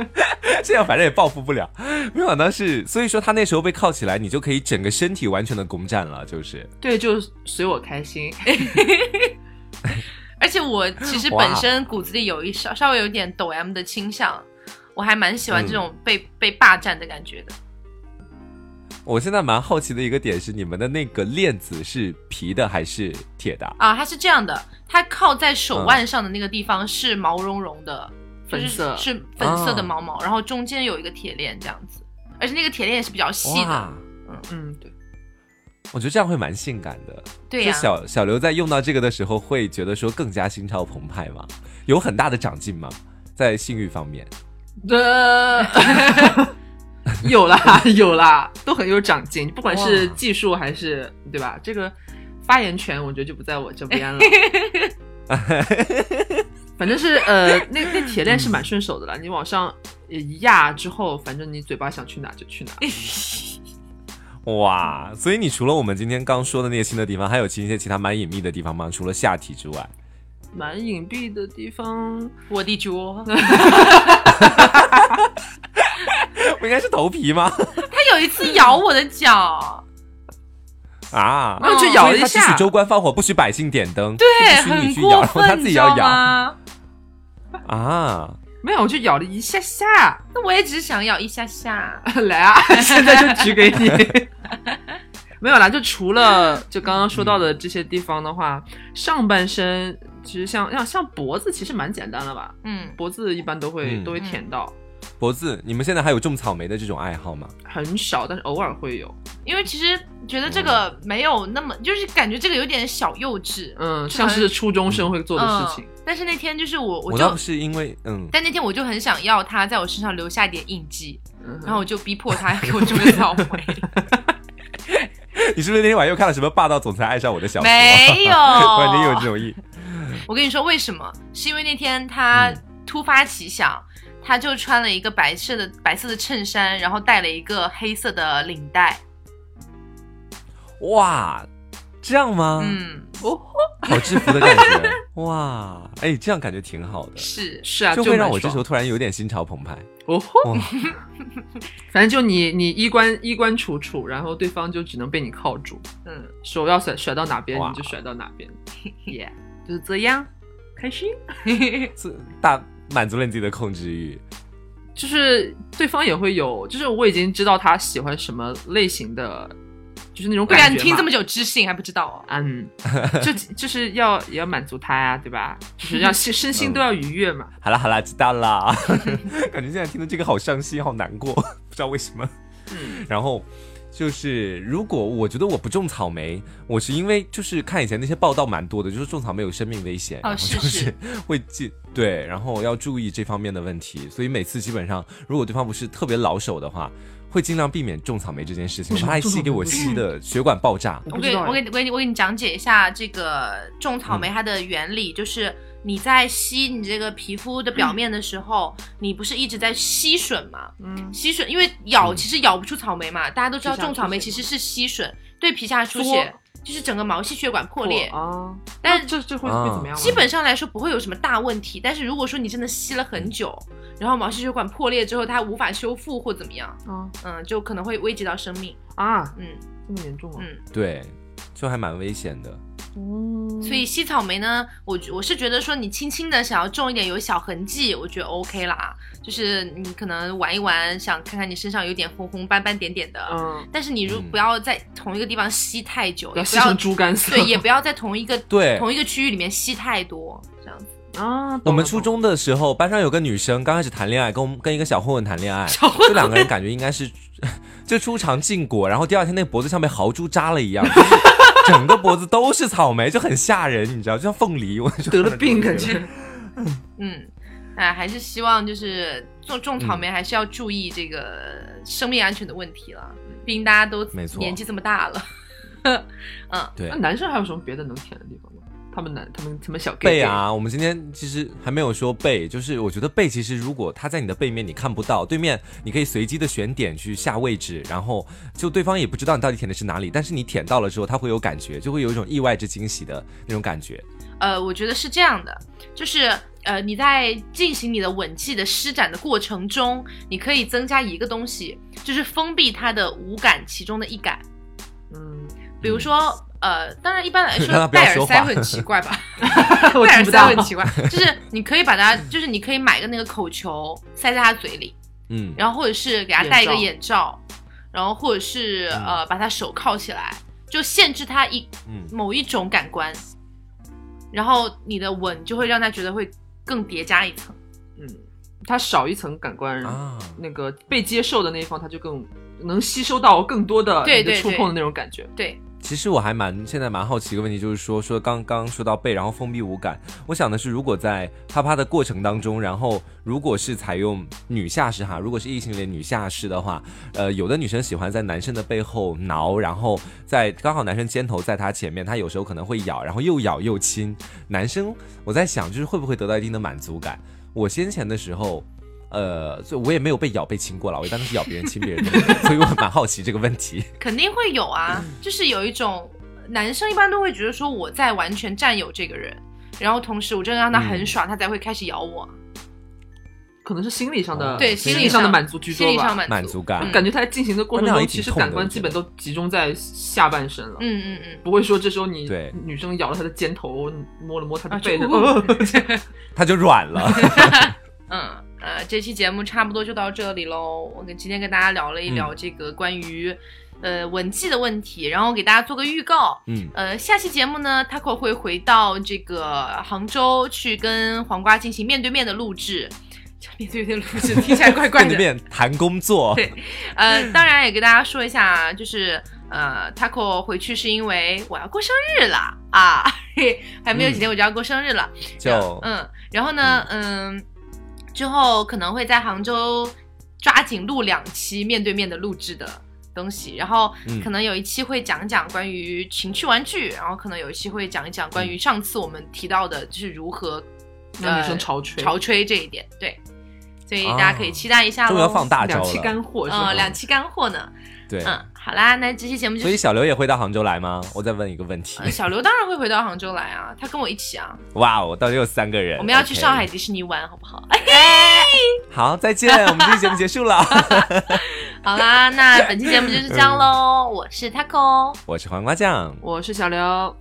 B: 这样反正也报复不了，没想到是，所以说他那时候被铐起来，你就可以整个身体完全的攻占了，就是
C: 对，就随我开 心。
A: 而且我其实
B: 哇
A: 本身骨子里有一稍稍微有点抖 M 的倾向，我还蛮喜欢这种
B: 嗯
A: 被、被霸占的感觉的。
B: 我现在蛮好奇的一个点是，你们的那个链子是皮的还是铁的？
A: 啊，它是这样的，它靠在
B: 嗯
A: 手腕上的那个地方是毛茸茸的，就是
C: 粉色
A: 是粉色
B: 嗯
A: 的毛毛，然后中间有一个铁链这样子，而且那个铁链也是比较细的，
B: 哇，
C: 嗯，对，
B: 我觉得这样会蛮性感的。
A: 对
B: 就
A: 呀、
B: 小小刘在用到这个的时候，会觉得说更加心潮澎湃吗？有很大的长进吗？在性欲方面，
C: 呃， 有 啦有啦，都很有长进，不管是
B: 哇
C: 技术还是对吧？这个发言权我觉得就不在我这 边了。反正是呃，那那铁链是蛮顺手的啦，你往上一压之后，反正你嘴巴想去哪就去哪。
B: 哎哇！所以你除了我们今天刚说的那些新的地方，还有其一些其他蛮隐秘的地方吗？除了下体之外，
C: 蛮隐蔽的地方，
B: 哦
A: 我 的脚，
B: 不应该是头皮吗？
A: 它有一次咬我的 脚，
B: 啊，
C: 那
A: 就
C: 咬
B: 所以
C: 一
B: 他只
C: 下
B: 许州官放火，不许百姓点灯，
A: 对，
B: 不许
A: 很
B: 你去咬，
A: 过
B: 然后他
A: 分，
B: 自己
A: 你知
B: 要
A: 道
B: 咬
A: 吗？
B: 啊！
C: 没有，我就咬了一下下，
A: 那我也只是想咬一下下，
C: 来啊，现在就举给你。 没有啦，就除了就刚刚说到的这些地方的话，上半身其实像像像脖子其实蛮简单了吧，
A: 嗯，
C: 脖子一般都会、
B: 嗯
C: 都会舔到，
B: 脖子，你们现在还有种草莓的这种爱好吗？
C: 很少，但是偶尔会有。
A: 因为其实觉得这个
B: 嗯
A: 没有那么，就是感觉这个有点小幼稚，
C: 嗯，
A: 就
C: 像
A: 很
C: 是初中生会做的事情
A: 嗯。但是那天就是我，
B: 我
A: 我就
B: 倒是因为，嗯，
A: 但那天我就很想要他在我身上留下一点印记，
C: 嗯
A: 然后我就逼迫他给我种 草莓。
B: 你是不是那天晚上又看了什么《霸道总裁爱上我》的小说？
A: 没有
B: 突然间又有这种意，
A: 我跟你说为什么？是因为那天他
B: 嗯
A: 突发奇想，他就穿了一个白色的白色的衬衫，然后戴了一个黑色的领带。
B: 哇，这样吗？，
A: 嗯，
C: 哦，
B: 好制服的感觉，哇，哎，这样感觉挺好的，
A: 是
C: 是啊，
B: 就
C: 就
B: 会让我
C: 蛮
B: 这时
C: 爽
B: 候突然有点心潮澎湃。
C: 哦吼，
B: 哇，
C: 反正就你你衣冠衣冠楚楚，然后对方就只能被你铐住，
A: 嗯，
C: 手要甩甩到哪边
B: 哇
C: 你就甩到哪 边，耶、就是这样，开心。
B: 自大满足了你自己的控制欲，
C: 就是对方也会有，就是我已经知道他喜欢什么类型的，就是那种
A: 不然
C: 觉
A: 啊你
C: 嘛
A: 听这么久知性还不知道哦。
C: 嗯， 就就是要也要满足他呀，对吧？就是要心身心都要愉悦嘛。
B: 好啦好啦，知道啦。 感觉现在听到这个好伤心，好难过， 不知道为什么。
C: 嗯
B: 然后就是，如果我觉得我不种草莓，我是因为就是看以前那些报道蛮多的，就是种草莓有生命危险，
A: 哦
B: 然后
A: 是
B: 就是会记对，然后要注意这方面的问题。所以每次基本上，如果对方不是特别老手的话，会尽量避免种草莓这件事情，
C: 为
B: 我
C: 什么
B: 怕一
C: 种草
B: 吸
C: 莓
B: 给我
C: 不行
B: 吸
A: 嗯
B: 的血管爆炸。
C: 我
A: 我
C: 不
A: 给
C: 知道哎嗯
A: 我给你我给你我给你讲解一下这个种草莓它的原理，就是你在吸你这个皮肤的表面的时候，你不是一直在吸吮吗？
C: 嗯，
A: 吸吮，因为咬
B: 嗯
A: 其实咬不出草莓嘛，大家都知道
C: 皮下
A: 种草莓
C: 出
A: 其
C: 血
A: 实是吸吮，对皮下出血，就是整个毛细血管破裂。
C: 啊，
A: 但
C: 那这这会
B: 啊
C: 会怎么样吗？
A: 基本上来说不会有什么大问题，但是如果说你真的吸了很久，然后毛细血管破裂之后它无法修复或怎么样，
C: 啊
A: 嗯，就可能会危及到生命，
C: 啊，
A: 嗯
C: 这么严重啊？
A: 嗯。
B: 对，就还蛮危险的。
C: 嗯，
A: 所以吸草莓呢，我觉我是觉得说你轻轻的想要种一点有小痕迹，我觉得 OK 啦。就是你可能玩一玩，想看看你身上有点红红斑斑点点的，
C: 嗯，
A: 但是你如
B: 嗯
A: 不要在同一个地方吸太久，
C: 不要
A: 也不
C: 吸
A: 要
C: 成猪肝 色。啊
A: 对，也不要在同一个
B: 对
A: 同一个区域里面吸太多，这样子。
C: 啊，懂
B: 我们
C: 了
B: 初中的时候，班上有个女生刚开始谈恋爱，跟我们跟一个小混混谈 恋爱，
A: 小混混
B: 这两个人感觉应该是 就初尝禁果，然后第二天那脖子像被豪猪扎了一样， 就是整个脖子都是草莓，就很吓人，你知道，就像凤梨，我 就
C: 懂了得了病感 觉。
A: 嗯，哎，还是希望就是种种草莓还是要注意这个生命安全的问题了。嗯毕竟大家都
B: 没错
A: 年纪这么大了，
B: 对啊
C: 那，男生还有什么别的能舔的地方吗？他们男他们他们小 gay
B: 背，啊，我们今天其实还没有说背，就是我觉得背其实如果他在你的背面你看不到，对面你可以随机的选点去下位置，然后就对方也不知道你到底舔的是哪里，但是你舔到了之后，他会有感觉，就会有一种意外之惊喜的那种感觉。
A: 呃，我觉得是这样的，就是呃，你在进行你的吻技的施展的过程中，你可以增加一个东西，就是封闭它的五感其中的一感。
C: 嗯，
A: 比如说，呃，当然一般来
B: 嗯 让他
A: 说
B: 不要
A: 戴耳
B: 说
A: 塞
B: 话
A: 会很奇怪吧，
C: 我听
A: 戴耳
C: 不
A: 塞
C: 到
A: 会。很奇怪，就是你可以把它，就是你可以买个那个口球塞在他嘴里，
B: 嗯，
A: 然后或者是给他
C: 眼
A: 戴一个
C: 罩
A: 眼罩，然后或者是、
B: 嗯
A: 呃把他手铐起来，就限制他一
B: 嗯，
A: 某一种感官，然后你的吻就会让他觉得会更叠加一层。
C: 嗯，他少一层感官，
B: 啊，
C: 那个被接受的那一方，他就更能吸收到更多的
A: 对
C: 你的
A: 对
C: 触
A: 对
C: 碰的那种感觉。
A: 对，
B: 其实我还蛮现在蛮好奇一个问题，就是说说刚刚说到背，然后封闭五感，我想的是，如果在啪啪的过程当中，然后如果是采用女下士哈，如果是异性恋女下士的话，呃，有的女生喜欢在男生的背后挠，然后在刚好男生肩头在她前面，她有时候可能会咬，然后又咬又亲。男生我在想，就是会不会得到一定的满足感？我先前的时候。呃，所以我也没有被咬被亲过了，我一般都是咬别人亲别人的，所以我蛮好奇这个问题。
A: 肯定会有啊，
C: 嗯
A: 就是有一种男生一般都会觉得说我在完全占有这个人，然后同时我真的让他很
B: 嗯
A: 爽，他才会开始咬我，
C: 可能是心理上的，
A: 对
B: 哦心
C: 呃心
A: 理
C: 上的
A: 上
C: 满足居
A: 心
C: 多
A: 理上
C: 吧。
A: 满足。
B: 满足 感
A: 嗯，
C: 感觉他在进行的过程
B: 那样
C: 中，
B: 也挺
C: 其实
B: 痛的
C: 感官
B: 我觉
C: 基
B: 得
C: 本都集中在下半身了，
A: 嗯嗯嗯。
C: 不会说这时候你
B: 对
C: 女生咬了他的肩头，摸了摸他的
A: 啊，嗯就
C: 背，
A: 呜
C: 呃
B: 它就软了。
A: 嗯，呃，这期节目差不多就到这里喽。我跟今天跟大家聊了一
B: 嗯
A: 聊这个关于、呃文技的问题，然后给大家做个预告。
B: 嗯，
A: 呃，下期节目呢，Taco 会回到这个杭州去跟黄瓜进行面对面的录制，面对面录制听起来怪怪
B: 面对
A: 的。
B: 面谈工作，
A: 对呃，当然也给大家说一下，就是呃，Taco 回去是因为我要过生日了啊， 嘿，还没有几
B: 嗯
A: 天我就要过生日了。
B: 就
A: 嗯，然后呢，嗯，之后可能会在杭州抓紧录两期面对面的录制的东西，然后
B: 嗯
A: 可能有一期会讲讲关于情趣玩具，然后可能有一期会讲一讲关于上次我们提到的，就是如何
C: 让女
A: 呃
B: 嗯
C: 生潮吹，
A: 潮吹这一点，对，所以大家可以期待一下
B: 终
A: 喽。
B: 于要放大招
C: 两
B: 了。
C: 期干货是
A: 嗯、
C: 吧？
A: 两期干货呢，
B: 对，
A: 嗯，好啦，那这期节目就
B: 所以小刘也会到杭州来吗？我再问一个问题
A: 呃。小刘当然会回到杭州来啊，他跟我一起啊，
B: 哇哦，到底有三个人，
A: 我们要去
B: OK
A: 上海。迪士尼玩，好 不好？
B: 好，再见，我们这期节目结束了。
A: 好啦，那本期节目就是这样喽。我是 Taco，
B: 我是黄瓜酱，
C: 我是小刘，